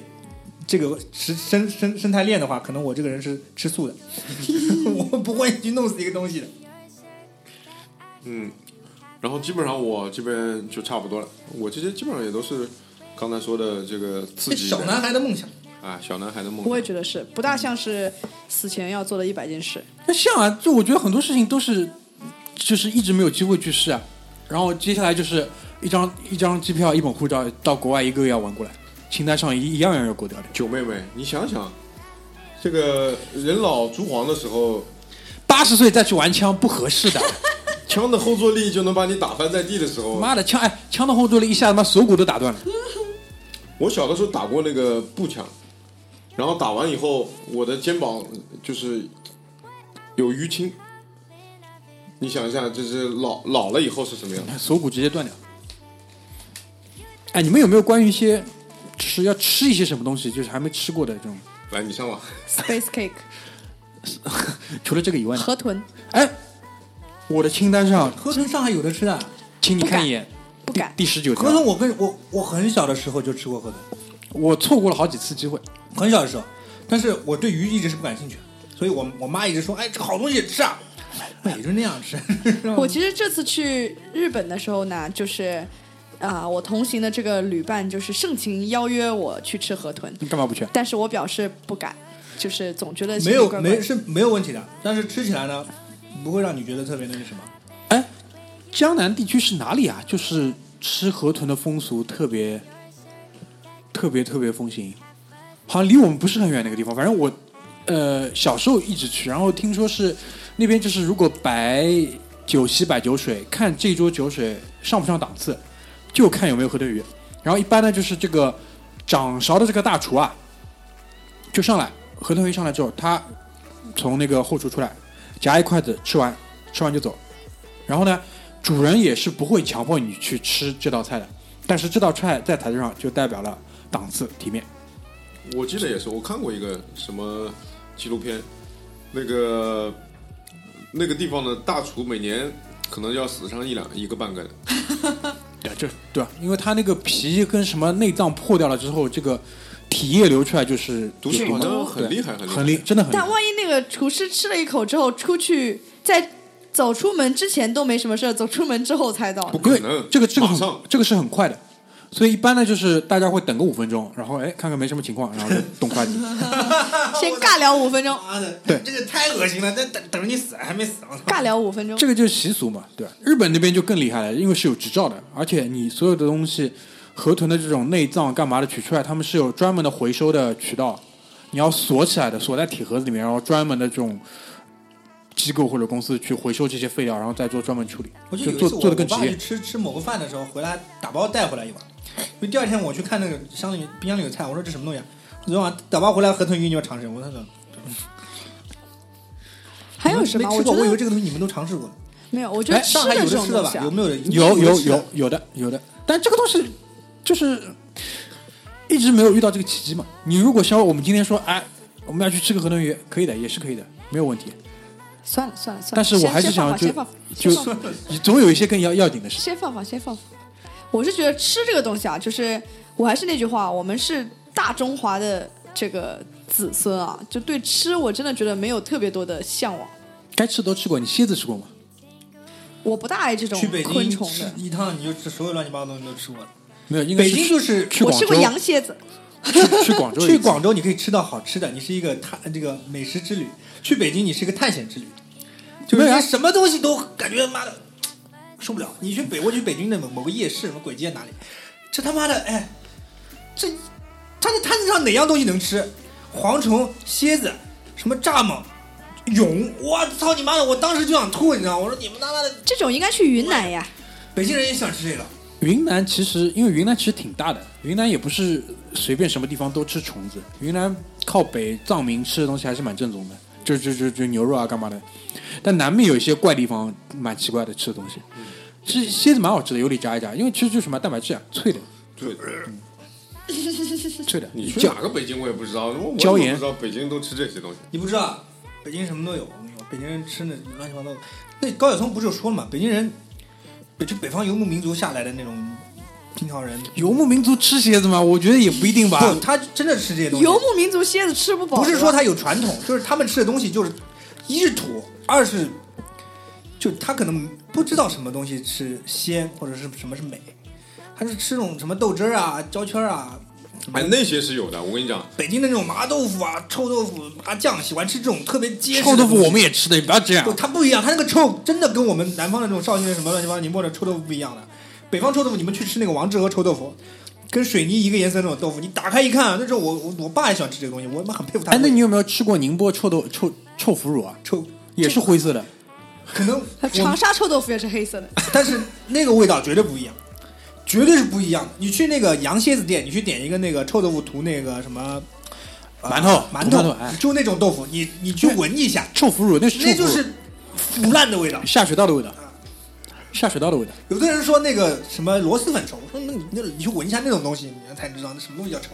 Speaker 5: 这个生生生生态链的话，可能我这个人是吃 素的， 我不会去弄死一个东西的。
Speaker 4: 嗯，然后基本上我这边就差不多了，我这些基本上也都是刚才说的这个刺
Speaker 5: 这
Speaker 4: 激
Speaker 5: 小男孩的梦想，
Speaker 4: 啊，小男孩的梦
Speaker 3: 哎我也
Speaker 4: 想。
Speaker 3: 觉得是，不大像是死前要做的一百件事。
Speaker 2: 那像啊，就我觉得很多事情都是，就是一直没有机会去试啊。然后接下来就是一张一张机票，一本护照，到国外一个月要玩过来，清单上一一样样要过掉的。
Speaker 4: 九妹妹，你想想，这个人老珠黄的时候，
Speaker 2: 八十岁再去玩枪不合适的，
Speaker 4: 枪的后坐力就能把你打翻在地的时候，
Speaker 2: 妈的枪哎，枪的后坐力一下他妈锁骨都打断了。
Speaker 4: 我小的时候打过那个步枪，然后打完以后，我的肩膀就是有淤青。你想一下，就是老老了以后是什么样？
Speaker 2: 锁骨直接断掉。哎，你们有没有关于一些吃要吃一些什么东西，就是还没吃过的这种？
Speaker 4: 来，你上吧。
Speaker 3: Space cake，
Speaker 2: 除了这个以外呢，
Speaker 3: 河豚
Speaker 2: 哎，我的清单上，
Speaker 5: 河豚上海有的吃的。
Speaker 2: 请你看一眼
Speaker 3: 不敢，
Speaker 2: 第十九
Speaker 5: 河豚
Speaker 2: 条，
Speaker 5: 我跟我我很小的时候就吃过河豚，
Speaker 2: 我错过了好几次机会。
Speaker 5: 很小的时候，但是我对鱼一直是不感兴趣的，所以我我妈一直说，哎，这个好东西吃啊，也就那样 吃。
Speaker 3: 我其实这次去日本的时候呢，就是啊、我同行的这个旅伴就是盛情邀约我去吃河豚，
Speaker 2: 你干嘛不去？啊
Speaker 3: 但是我表示不敢，就是总觉得心
Speaker 5: 没
Speaker 3: 里
Speaker 5: 有
Speaker 3: 怪怪
Speaker 5: 没
Speaker 3: 的
Speaker 5: 是没有问题的，但是吃起来呢，不会让你觉得特别那个什么。
Speaker 2: 哎，江南地区是哪里啊？就是吃河豚的风俗特别特别特别风行，好像离我们不是很远那个地方。反正我呃小时候一直去，然后听说是那边就是如果摆酒席摆酒水，看这桌酒水上不上档次，就看有没有河豚鱼。然后一般呢就是这个掌勺的这个大厨啊，就上来河豚鱼上来之后，他从那个后厨出来，夹一筷子吃完，吃完就走。然后呢，主人也是不会强迫你去吃这道菜的，但是这道菜在台子上就代表了档次体面。
Speaker 4: 我记得也是，我看过一个什么纪录片，那个那个地方的大厨每年可能要死上一两一个半个人，
Speaker 2: 对，这对吧？啊因为它那个皮跟什么内脏破掉了之后，这个体液流出来就是
Speaker 4: 毒性
Speaker 2: 有嘛
Speaker 4: 好像很
Speaker 2: 对
Speaker 4: 厉害很厉害
Speaker 2: 很厉，真的很厉害
Speaker 3: 但。万一那个厨师吃了一口之后，出去在走出门之前都没什么事儿，走出门之后才到呢。
Speaker 4: 不
Speaker 2: 因
Speaker 4: 可
Speaker 2: 为
Speaker 4: 能，
Speaker 2: 这个这个
Speaker 4: 马
Speaker 2: 很
Speaker 4: 上
Speaker 2: 这个是很快的，所以一般呢就是大家会等个五分钟，然后哎看看没什么情况，然后就动筷子。
Speaker 3: 先尬聊五分钟，
Speaker 5: 妈的，
Speaker 2: 对
Speaker 5: 这个太恶心了，等等等着你死还没死，我操！
Speaker 3: 尬聊五分钟
Speaker 2: 这。个就是习俗嘛，对吧？日本那边就更厉害了，因为是有执照的，而且你所有的东西河豚的这种内脏干嘛的取出来，他们是有专门的回收的渠道，你要锁起来的，锁在铁盒子里面，然后专门的这种机构或者公司去回收这些废料，然后再做专门处理，
Speaker 5: 我就
Speaker 2: 就
Speaker 5: 有一次
Speaker 2: 做
Speaker 5: 我
Speaker 2: 做的更
Speaker 5: 我
Speaker 2: 职
Speaker 5: 爸去
Speaker 2: 业。
Speaker 5: 吃吃某个饭的时候，回来打包带回来一碗。因为第二天我去看那个箱里冰箱里有菜，我说这什么东西、啊？昨天晚上打包回来河豚鱼，你要尝试。我那个
Speaker 3: 还有什么？
Speaker 5: 没
Speaker 3: 我
Speaker 5: 吃过，
Speaker 3: 觉
Speaker 5: 我以为
Speaker 3: 得
Speaker 5: 这个东西你们都尝试过。
Speaker 3: 没有，我觉得
Speaker 2: 哎
Speaker 3: 吃
Speaker 5: 上海
Speaker 3: 的这
Speaker 5: 有的
Speaker 3: 种
Speaker 5: 吃的
Speaker 3: 东
Speaker 5: 吧
Speaker 3: 西？啊
Speaker 5: 有，没有人？
Speaker 2: 有
Speaker 5: 有
Speaker 2: 有
Speaker 5: 的吃
Speaker 2: 有
Speaker 5: 的
Speaker 2: 有的有的，但这个东西就是一直没有遇到这个契机嘛。你如果像我们今天说，哎，我们要去吃个河豚鱼，可以的，也是可以的，没有问题。
Speaker 3: 算了算了算了。
Speaker 2: 但是我
Speaker 3: 先
Speaker 2: 还是
Speaker 3: 先放
Speaker 2: 想
Speaker 3: 放
Speaker 2: 就
Speaker 3: 先放放
Speaker 2: 就
Speaker 3: 先放放
Speaker 2: 总有一些更要要紧的事情。
Speaker 3: 先放放，先放放。我是觉得吃这个东西啊，就是我还是那句话，我们是大中华的这个子孙啊，就对吃我真的觉得没有特别多的向往。
Speaker 2: 该吃都吃过，你蝎子吃过吗？
Speaker 3: 我不大爱这种
Speaker 5: 去北
Speaker 3: 昆
Speaker 5: 京
Speaker 3: 虫
Speaker 5: 吃
Speaker 3: 的，
Speaker 5: 一趟，你就吃所有乱七八糟的东西都吃过了。
Speaker 2: 没有，应该
Speaker 5: 北京就是
Speaker 2: 去
Speaker 3: 我
Speaker 2: 广
Speaker 3: 吃
Speaker 2: 州，
Speaker 3: 过羊蝎子，
Speaker 2: 去去 广州，
Speaker 5: 去广。州你可以吃到好吃的，你是一个探这个美食之旅；去北京你是一个探险之旅，就是
Speaker 2: 没有啊
Speaker 5: 你什么东西都感觉妈的受不了。你去北，我去北京的某某个夜市，什么鬼街哪里，这他妈的哎，这他的摊子上哪样东西能吃？蝗虫、蝎子、什么蚱蜢、蛹，我操你妈的！我当时就想吐，你知道吗？我说你们他妈的
Speaker 3: 这种应该去云南呀。
Speaker 5: 北京人也想吃 这个，
Speaker 2: 云南其实因为云南其实挺大的，云南也不是随便什么地方都吃虫子。云南靠北藏民吃的东西还是蛮正宗的，就就就就牛肉啊干嘛的。但南面有一些怪地方，蛮奇怪的吃的东西。
Speaker 3: 嗯
Speaker 2: 其实蝎子蛮好吃的，油里炸一炸，因为其实就是什么蛋白质啊，脆的，
Speaker 4: 对，
Speaker 2: 脆的。
Speaker 4: 你去
Speaker 2: 嚼
Speaker 4: 哪个北京我也不知道，我我
Speaker 2: 椒
Speaker 4: 也
Speaker 2: 盐
Speaker 4: 不知道北京都吃这些东西。
Speaker 5: 你不知道，北京什么都有。我跟你说，北京人吃那乱七八糟的。那高晓松不是有说了嘛，北京人，北就北方游牧民族下来的那种清朝人，
Speaker 2: 游牧民族吃蝎子吗？我觉得也不一定吧。
Speaker 5: 不，他真的吃这些东西。
Speaker 3: 游牧民族蝎子吃不饱，
Speaker 5: 不是说
Speaker 3: 对吧
Speaker 5: 他有传统，就是他们吃的东西就是一是土，二是就他可能不知道什么东西是鲜或者是什么是美，他是吃那种什么豆汁儿啊、焦圈儿啊。什么
Speaker 4: 哎，那些是有的，我跟你讲，
Speaker 5: 北京的那种麻豆腐啊、臭豆腐、麻酱，喜欢吃这种特别结实的
Speaker 2: 臭豆腐
Speaker 5: 东西
Speaker 2: 我们也吃的，你不要这样
Speaker 5: 不，。它不一样，它那个臭真的跟我们南方的这种绍兴人什么乱七八糟宁波的臭豆腐不一样的。北方臭豆腐，你们去吃那个王致和臭豆腐，跟水泥一个颜色那种豆腐，你打开一看，那时候我我我爸也喜欢吃这个东西，我他妈很佩服他。
Speaker 2: 哎，那你有没有吃过宁波臭豆臭臭腐乳啊？
Speaker 5: 臭
Speaker 2: 也是灰色的，
Speaker 5: 可能
Speaker 3: 他长沙臭豆腐也是黑色 的，
Speaker 5: 我但是那个味道绝对不一样，绝对是不一样的。你去那个羊蝎子店，你去点一个那个臭豆腐涂那个什么、呃
Speaker 2: 馒头
Speaker 5: 馒
Speaker 2: 涂
Speaker 5: 头
Speaker 2: 馒头哎
Speaker 5: 就那种豆腐，你你去闻一下，
Speaker 2: 臭腐乳那是臭腐
Speaker 5: 那
Speaker 2: 乳，
Speaker 5: 就是腐烂的味道。
Speaker 2: 下水道的味道，下水道的味道。
Speaker 5: 有的人说那个什么螺蛳粉臭，我说那你那你去闻一下那种东西，你才知道那什么东西叫臭。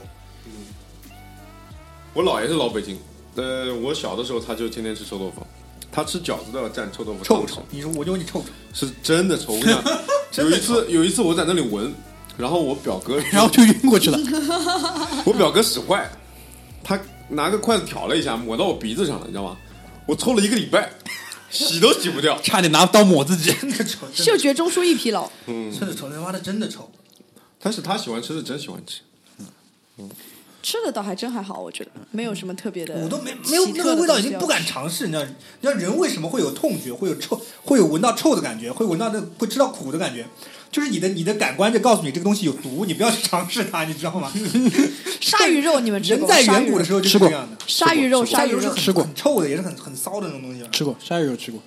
Speaker 4: 我姥爷是老北京，呃，我小的时候他就天天吃臭豆腐，他吃饺子都要蘸臭豆腐
Speaker 5: 臭
Speaker 4: 尝
Speaker 5: 臭，你说我就问你臭臭，
Speaker 4: 是真的臭。我跟你讲， 有一次有一次我在那里闻， 然后我表哥，
Speaker 2: 然后就晕过去了，
Speaker 5: 嗯
Speaker 4: 我表哥使坏，他拿个筷子挑了一下，抹到我鼻子上了，你知道吗？我抽了一个礼拜，洗都洗不掉。
Speaker 2: 差点拿刀抹自己。
Speaker 5: 真的臭，真
Speaker 3: 嗅觉中枢一疲劳。
Speaker 5: 的真的臭，他妈的真的臭。
Speaker 4: 但是他喜欢吃是真喜欢吃，
Speaker 3: 吃的倒还真还好，我觉得没有什么特别的。啊
Speaker 5: 我都没没有那个味道，已经不敢。尝试。你知道，你知道人为什么会有痛觉，会有臭，会有闻到臭的感觉，会闻到那会吃到苦的感觉，就是你的你的感官就告诉你这个东西有毒，你不要去尝试它，你知道吗？
Speaker 3: 鲨鱼肉你们吃过吗？
Speaker 5: 人在
Speaker 3: 鲨鱼
Speaker 5: 远古的
Speaker 3: 肉
Speaker 5: 时候就是
Speaker 2: 吃过
Speaker 5: 这样的。
Speaker 3: 鲨鱼肉，
Speaker 5: 鲨
Speaker 3: 鲨
Speaker 5: 鱼
Speaker 3: 鱼
Speaker 5: 肉是
Speaker 3: 肉
Speaker 5: 很
Speaker 2: 吃过
Speaker 5: 很臭的，也是很很骚的那种东西吧。
Speaker 2: 吃过鲨鱼肉，吃过，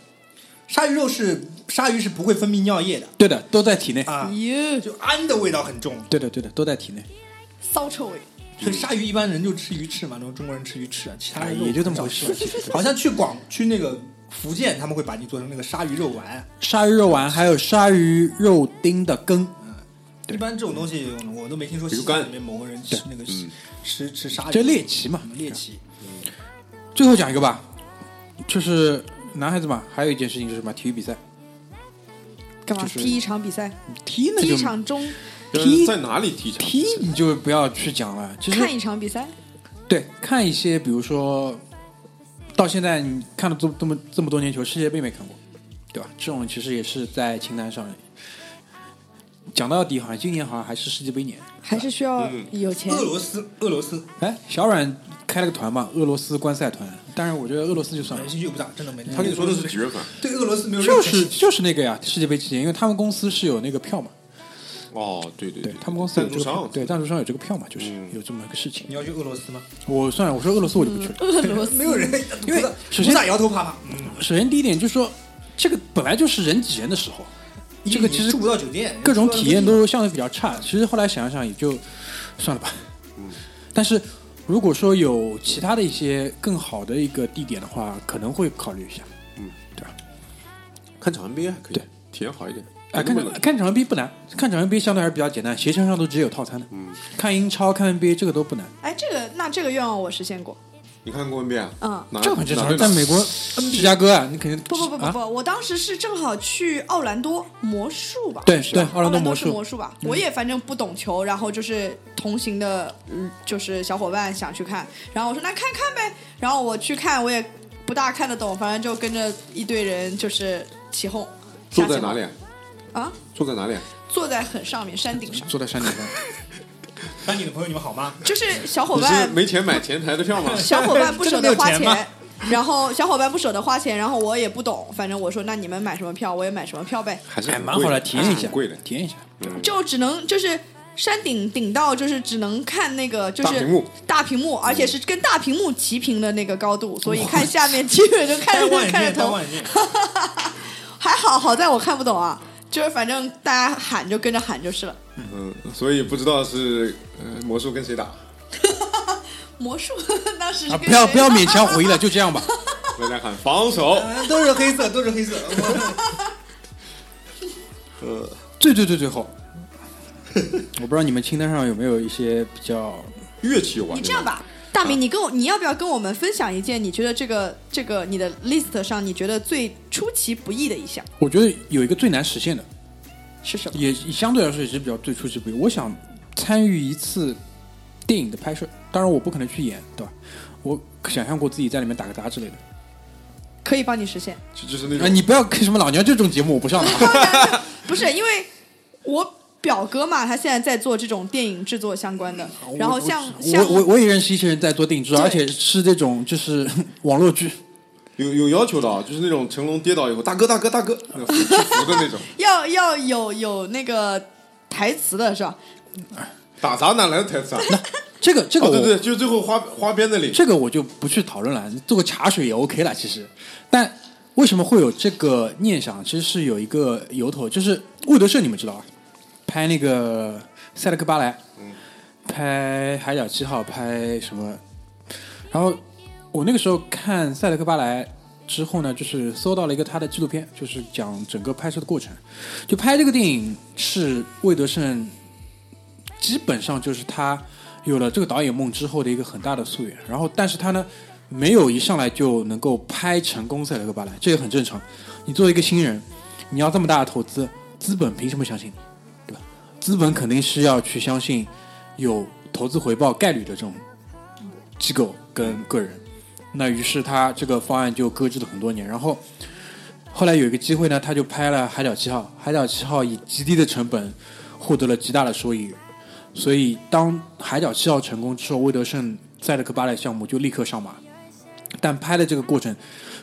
Speaker 5: 鲨鱼肉是鲨鱼是不会分泌尿液的
Speaker 2: 对的，都在体内。
Speaker 3: 哎
Speaker 5: 啊，
Speaker 3: 哟，
Speaker 5: 就氨的味道很重。
Speaker 2: 对的，对的，都在体内。
Speaker 3: 骚臭味。
Speaker 5: 所以鲨鱼一般人就吃鱼翅嘛，那种中国人吃鱼翅，其他
Speaker 2: 哎，
Speaker 5: 人肉
Speaker 2: 也就这么
Speaker 5: 很
Speaker 2: 回
Speaker 5: 少
Speaker 2: 事
Speaker 5: 吃。。好像去广去那个福建他们会把你做成那个鲨鱼肉丸，
Speaker 2: 鲨鱼肉丸还有鲨鱼肉丁的羹，
Speaker 5: 一般这种东西我都没听说西
Speaker 4: 比如
Speaker 5: 藏
Speaker 4: 干嗯
Speaker 5: 里面某个人吃那个吃吃吃鲨鱼，
Speaker 2: 这猎奇嘛
Speaker 5: 嗯猎奇。
Speaker 2: 最后讲一个吧，就是男孩子嘛，还有一件事情是什么？体育比赛，
Speaker 3: 干嘛
Speaker 2: 就是
Speaker 3: 踢一场比赛，
Speaker 2: 踢那
Speaker 3: 踢
Speaker 2: 就
Speaker 3: 一场中
Speaker 5: 嗯
Speaker 4: 就是在哪里踢场？
Speaker 2: 踢你就不要去讲了。其实
Speaker 3: 看一场比赛，
Speaker 2: 对看一些，比如说到现在你看了这么这么这么多年球，世界杯没看过，对吧？这种其实也是在清单上。讲到底，好像今年好像还是世界杯年。
Speaker 3: 还是需要有钱。
Speaker 5: 俄罗斯，俄罗斯，
Speaker 2: 哎，小阮开了个团嘛，俄罗斯观赛团。但是我觉得俄罗斯就算了
Speaker 5: 感，哎兴趣不大，真的没。
Speaker 4: 他跟你说的是几月份？
Speaker 5: 对俄罗斯没有任
Speaker 2: 就
Speaker 5: 何
Speaker 2: 是
Speaker 5: 兴趣
Speaker 2: 就是那个呀，世界杯期间，因为他们公司是有那个票嘛，
Speaker 4: 哦，对对
Speaker 2: 对他们公司有
Speaker 4: 赞
Speaker 2: 这
Speaker 4: 助
Speaker 2: 个
Speaker 4: 商
Speaker 2: 票，对赞助商有这个票嘛，就是
Speaker 4: 嗯
Speaker 2: 有这么一个事情
Speaker 5: 你。要去俄罗斯吗？
Speaker 2: 我算了，我说俄罗斯我就不去了。
Speaker 3: 俄罗斯
Speaker 5: 没有人，因
Speaker 2: 为首先
Speaker 5: 咋摇头啪啪？
Speaker 2: 首先第一点就是说，这个本来就是人挤人的时候，这个其
Speaker 5: 你
Speaker 2: 实
Speaker 5: 住不到酒店，
Speaker 2: 各种体验都相对比较差。其实后来想一想也就算了吧。但是如果说有其他的一些更好的一个地点的话，可能会考虑一下。嗯，对吧？
Speaker 4: 看场 NBA 还可以，
Speaker 2: 对
Speaker 4: 体验好一点。
Speaker 2: 哎，看场看场 NBA 不难，看场 NBA 相对还是比较简单，携程上都直接有套餐的。嗯，看英超、看 NBA 这个都不难，
Speaker 3: 哎，这个那这个愿望我实现过。
Speaker 4: 你看过 NBA？
Speaker 3: 嗯
Speaker 4: 啊哪
Speaker 2: 这个很啊正
Speaker 4: 哪
Speaker 2: 常。
Speaker 4: 队
Speaker 2: 在
Speaker 4: 哪
Speaker 2: 美国，芝加哥啊，你肯定
Speaker 3: 不不不不
Speaker 2: 啊
Speaker 3: 不，我当时是正好去奥兰多魔术吧？
Speaker 2: 对
Speaker 3: 是
Speaker 2: 对
Speaker 3: 吧奥
Speaker 2: 奥兰多
Speaker 3: 魔
Speaker 2: 魔
Speaker 3: 是
Speaker 2: 术
Speaker 3: 魔术吧？我也反正不懂球，然后就是同行的，嗯，就是小伙伴想去看，然后我说那看看呗，然后我去看，我也不大看得懂，反正就跟着一堆人就是起哄，
Speaker 4: 坐
Speaker 3: 瞎
Speaker 4: 在
Speaker 3: 起哄
Speaker 4: 哪里？啊？
Speaker 3: 啊？
Speaker 4: 坐在哪里啊？
Speaker 3: 坐在很上面山顶上，
Speaker 2: 坐在山 顶上，
Speaker 5: 当你的朋友，你们好吗？
Speaker 3: 就是小伙
Speaker 4: 你是
Speaker 3: 伴
Speaker 4: 没钱买前台的 票吗？
Speaker 3: 小伙伴不舍得花
Speaker 5: 真的没有钱
Speaker 3: 钱，然后小伙伴不舍得花钱，然后我也不懂，反正我说那你们买什么票，我也买什么票呗，
Speaker 4: 还是
Speaker 2: 哎，
Speaker 4: 很
Speaker 2: 蛮
Speaker 4: 贵
Speaker 2: 好
Speaker 4: 的
Speaker 2: 的，体验一
Speaker 4: 还是
Speaker 2: 下，
Speaker 4: 很贵的。
Speaker 2: 体验一下。
Speaker 4: 嗯
Speaker 3: 就只能就是山顶顶到就是只能看那个就是
Speaker 4: 大屏幕
Speaker 3: 大屏幕而且是跟大屏幕齐平的那个高度，所以看下面基本就看
Speaker 5: 戴
Speaker 3: 着
Speaker 5: 望
Speaker 3: 看
Speaker 5: 远
Speaker 3: 着
Speaker 5: 镜，戴
Speaker 3: 头
Speaker 5: 望，远镜，
Speaker 3: 还好好在我看不懂啊，就是反正大家喊就跟着喊就是了。
Speaker 4: 嗯，所以不知道是呃魔术跟谁打，
Speaker 3: 魔术 当时是
Speaker 2: 啊，
Speaker 3: 跟
Speaker 2: 不要
Speaker 3: 谁
Speaker 2: 不要勉强回忆了，就这样吧。
Speaker 4: 大家喊 防守。
Speaker 5: 呃都是黑色，都是黑色。我
Speaker 2: 最最最最后， 我不知道你们清单上有没有一些比较
Speaker 4: 乐器有玩的吗
Speaker 3: 你这样，吧，大明，你跟我，你要不要跟我们分享一件你觉得这个这个你的 list 上你觉得最出其不意的一项
Speaker 2: 我觉得有一个最难实现的，
Speaker 3: 是什么？
Speaker 2: 也相对来说也是比较最出其不意。我想参与一次电影的拍摄，当然我不可能去演，对吧？我想象过自己在里面打个杂之类的。
Speaker 3: 可以帮你实现？
Speaker 4: 就就是那
Speaker 2: 啊，
Speaker 4: 种
Speaker 2: 你不要看什么老娘这种节目，我不上的啊。
Speaker 3: 不是因为我表哥嘛，他现在在做这种电影制作相关的，然后像 像
Speaker 2: 啊我我我也认识一些人在做定制，
Speaker 3: 对
Speaker 2: 而且是这种就是网络剧。
Speaker 4: 有有要求的啊，就是那种成龙跌倒以后，大哥大哥大哥，那种去扶的那种，
Speaker 3: 要要有有那个台词的是吧？
Speaker 4: 打砸哪来的台词啊？
Speaker 2: 这个这个
Speaker 4: 哦
Speaker 2: 我、
Speaker 4: 对对，就是最后花花边那里，
Speaker 2: 这个我就不去讨论了，做个茶水也 OK 了，其实。但为什么会有这个念想？其实是有一个由头，就是魏德胜，你们知道吧？拍那个《塞勒克巴莱》，拍《海角七号》，拍什么？然后我那个时候看《塞勒克巴莱》之后呢，就是搜到了一个他的纪录片，就是讲整个拍摄的过程。就拍这个电影是魏德胜基本上就是他有了这个导演梦之后的一个很大的夙愿。然后，但是他呢，没有一上来就能够拍成功《塞勒克巴莱》，这也很正常。你作为一个新人，你要这么大的投资，资本凭什么相信你？对吧？资本肯定是要去相信有投资回报概率的这种机构跟个人。那于是他这个方案就搁置了很多年，然后。后来有一个机会呢，他就拍了《海角七号》，《海角七号》以极低的成本获得了极大的收益，所以当《海角七号》成功之后，魏德胜在勒克巴莱项目就立刻上马。但拍的这个过程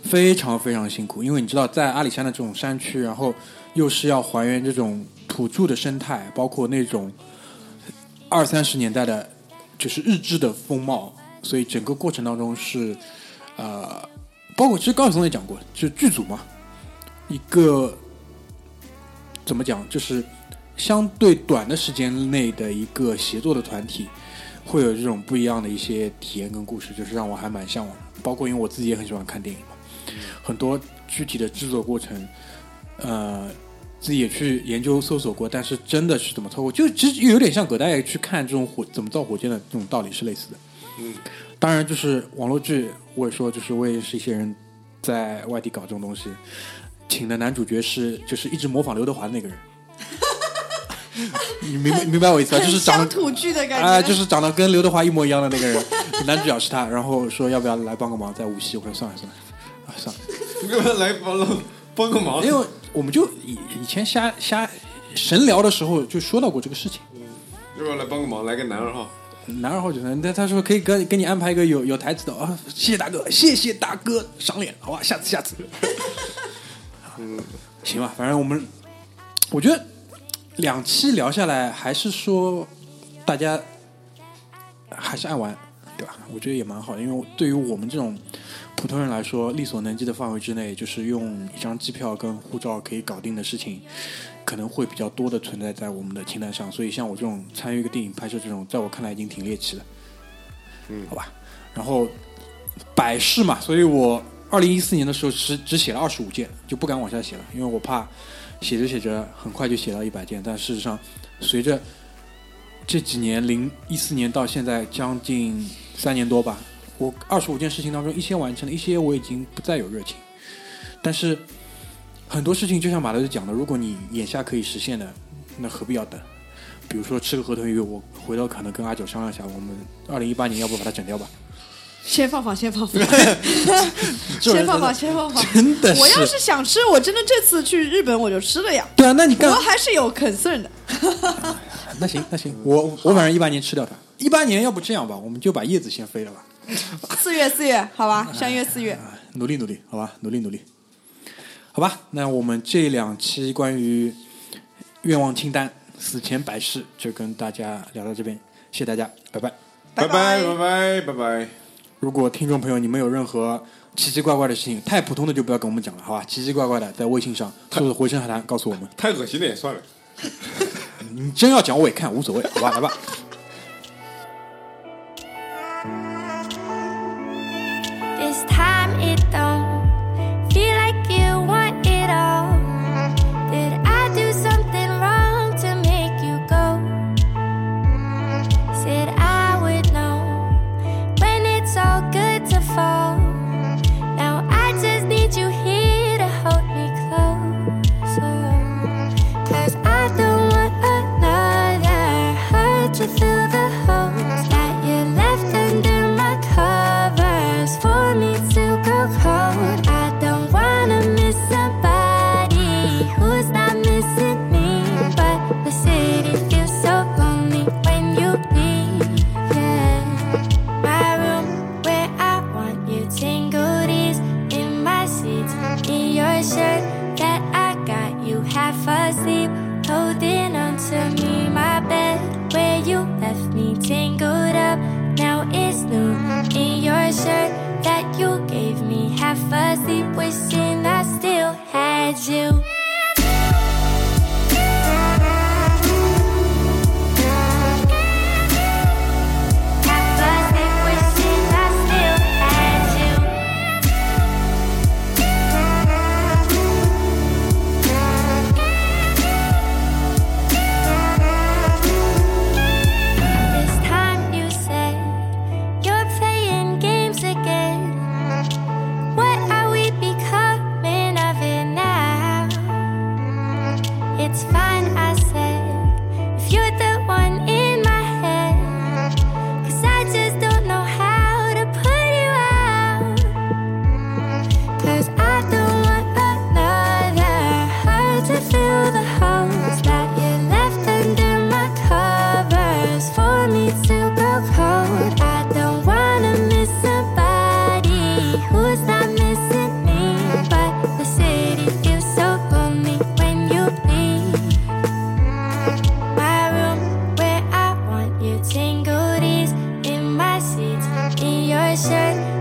Speaker 2: 非常非常辛苦，因为你知道，在阿里山的这种山区，然后又是要还原这种土著的生态，包括那种呃二三十年代的，就是日志的风貌，所以整个过程当中是，呃，包括其实高晓松也讲过，就剧组嘛，一个怎么讲，就是相对短的时间内的一个协作的团体，会有这种不一样的一些体验跟故事，就是让我还蛮向往的。包括因为我自己也很喜欢看电影嘛，很多具体的制作过程，呃，自己也去研究搜索过，但是真的是怎么操作，就其实有点像葛大爷去看这种火怎么造火箭的这种道理是类似的。嗯，当然就是网络剧，或者说就是我也是一些人在外地搞这种东西，请的男主角是就是一直模仿刘德华的那个人。 你明白明白我意思吧？啊就是长得
Speaker 3: 很乡土剧的感觉
Speaker 2: 啊、就是长得跟刘德华一模一样的那个人，男主角是他，然后说要不要来帮个忙，在无锡，我说算了算了，啊算了，
Speaker 4: 来帮了帮个忙，
Speaker 2: 因为我们就以以前瞎瞎神聊的时候就说到过这个事情。
Speaker 4: 要不要来帮个忙？来个男二号，
Speaker 2: 男二号九三，他他说可以跟跟你安排一个有有台词的啊，谢谢大哥，谢谢大哥，赏脸，好吧，下次下 次。嗯，行吧，反正我们，我觉得两期聊下来，还是说大家还是爱玩，对吧？我觉得也蛮好的，因为对于我们这种普通人来说，力所能及的范围之内，就是用一张机票跟护照可以搞定的事情，可能会比较多的存在在我们的清单上。所以像我这种参与一个电影拍摄这种，在我看来已经挺猎奇了，嗯，好吧。然后百事嘛，所以我二零一四年的时候只只写了二十五件，就不敢往下写了，因为我怕写着写着很快就写到一百件，但事实上随着这几年，零一四年到现在将近三年多吧，我二十五件事情当中，一些完成了，一些我已经不再有热情。但是很多事情，就像马德就讲的，如果你眼下可以实现的，那何必要等？比如说吃个河豚鱼，我回头可能跟阿九商量一下，我们二零一八年要不把它整掉吧？
Speaker 3: 先放放，先 放放，
Speaker 2: 这人
Speaker 3: 先放放，先放放。
Speaker 2: 真的是
Speaker 3: 我要是想吃，我真的这次去日本我就吃了呀。
Speaker 2: 对啊，那你
Speaker 3: 我
Speaker 2: 干
Speaker 3: 还是有 concern 的。
Speaker 2: 那行那行，我我反正一八年吃掉它。一八年要不这样吧，我们就把叶子先飞了吧。啊
Speaker 3: 四月，四月，好吧，
Speaker 2: 哎
Speaker 3: 相约四月。
Speaker 2: 努力努力，好吧，努力努力，好吧。那我们这两期关于愿望清单、死前百事就跟大家聊到这边，谢谢大家，拜拜。
Speaker 3: 拜
Speaker 4: 拜拜拜拜拜。
Speaker 2: 如果听众朋友你们有任何奇奇怪怪的事情，太普通的就不要跟我们讲了，好吧？奇奇怪怪的在微信上搜索“回声海滩”，告诉我们。
Speaker 4: 太恶心了也算了。
Speaker 2: 你真要讲我也看，无所谓，好吧？来吧。
Speaker 1: This time it don't feel like you want it all. Did I do something wrong to make you go? Said I would know when it's all good to fall. Now I just need you here to hold me close. Cause I don't want another hurt to fill the holes that you left under my covers for me to grow cold. I don't wanna miss somebody who's not missing me, but the city feels so lonely when you leave. Yeah, my room where I want you tingled is in my seats, in your shirt that I got you half asleep, holding onto me. My bed where you left me tangled up, now it's new. In your shirt that you gave me half asleep, wishing I still had you. Half asleep, wishing I still had you. This time you said you're playing games again. What are we becoming of it now? It's fine, I said, if you're the one in my head. Cause I just don't know how to put you out. Cause I don't want another hurt to fill the holes that you left under my covers for me to grow cold. I don't wanna miss somebody who's not missing me, but the city feels so lonely when you leave. My room where I want you tingled is in my seats, in your shirt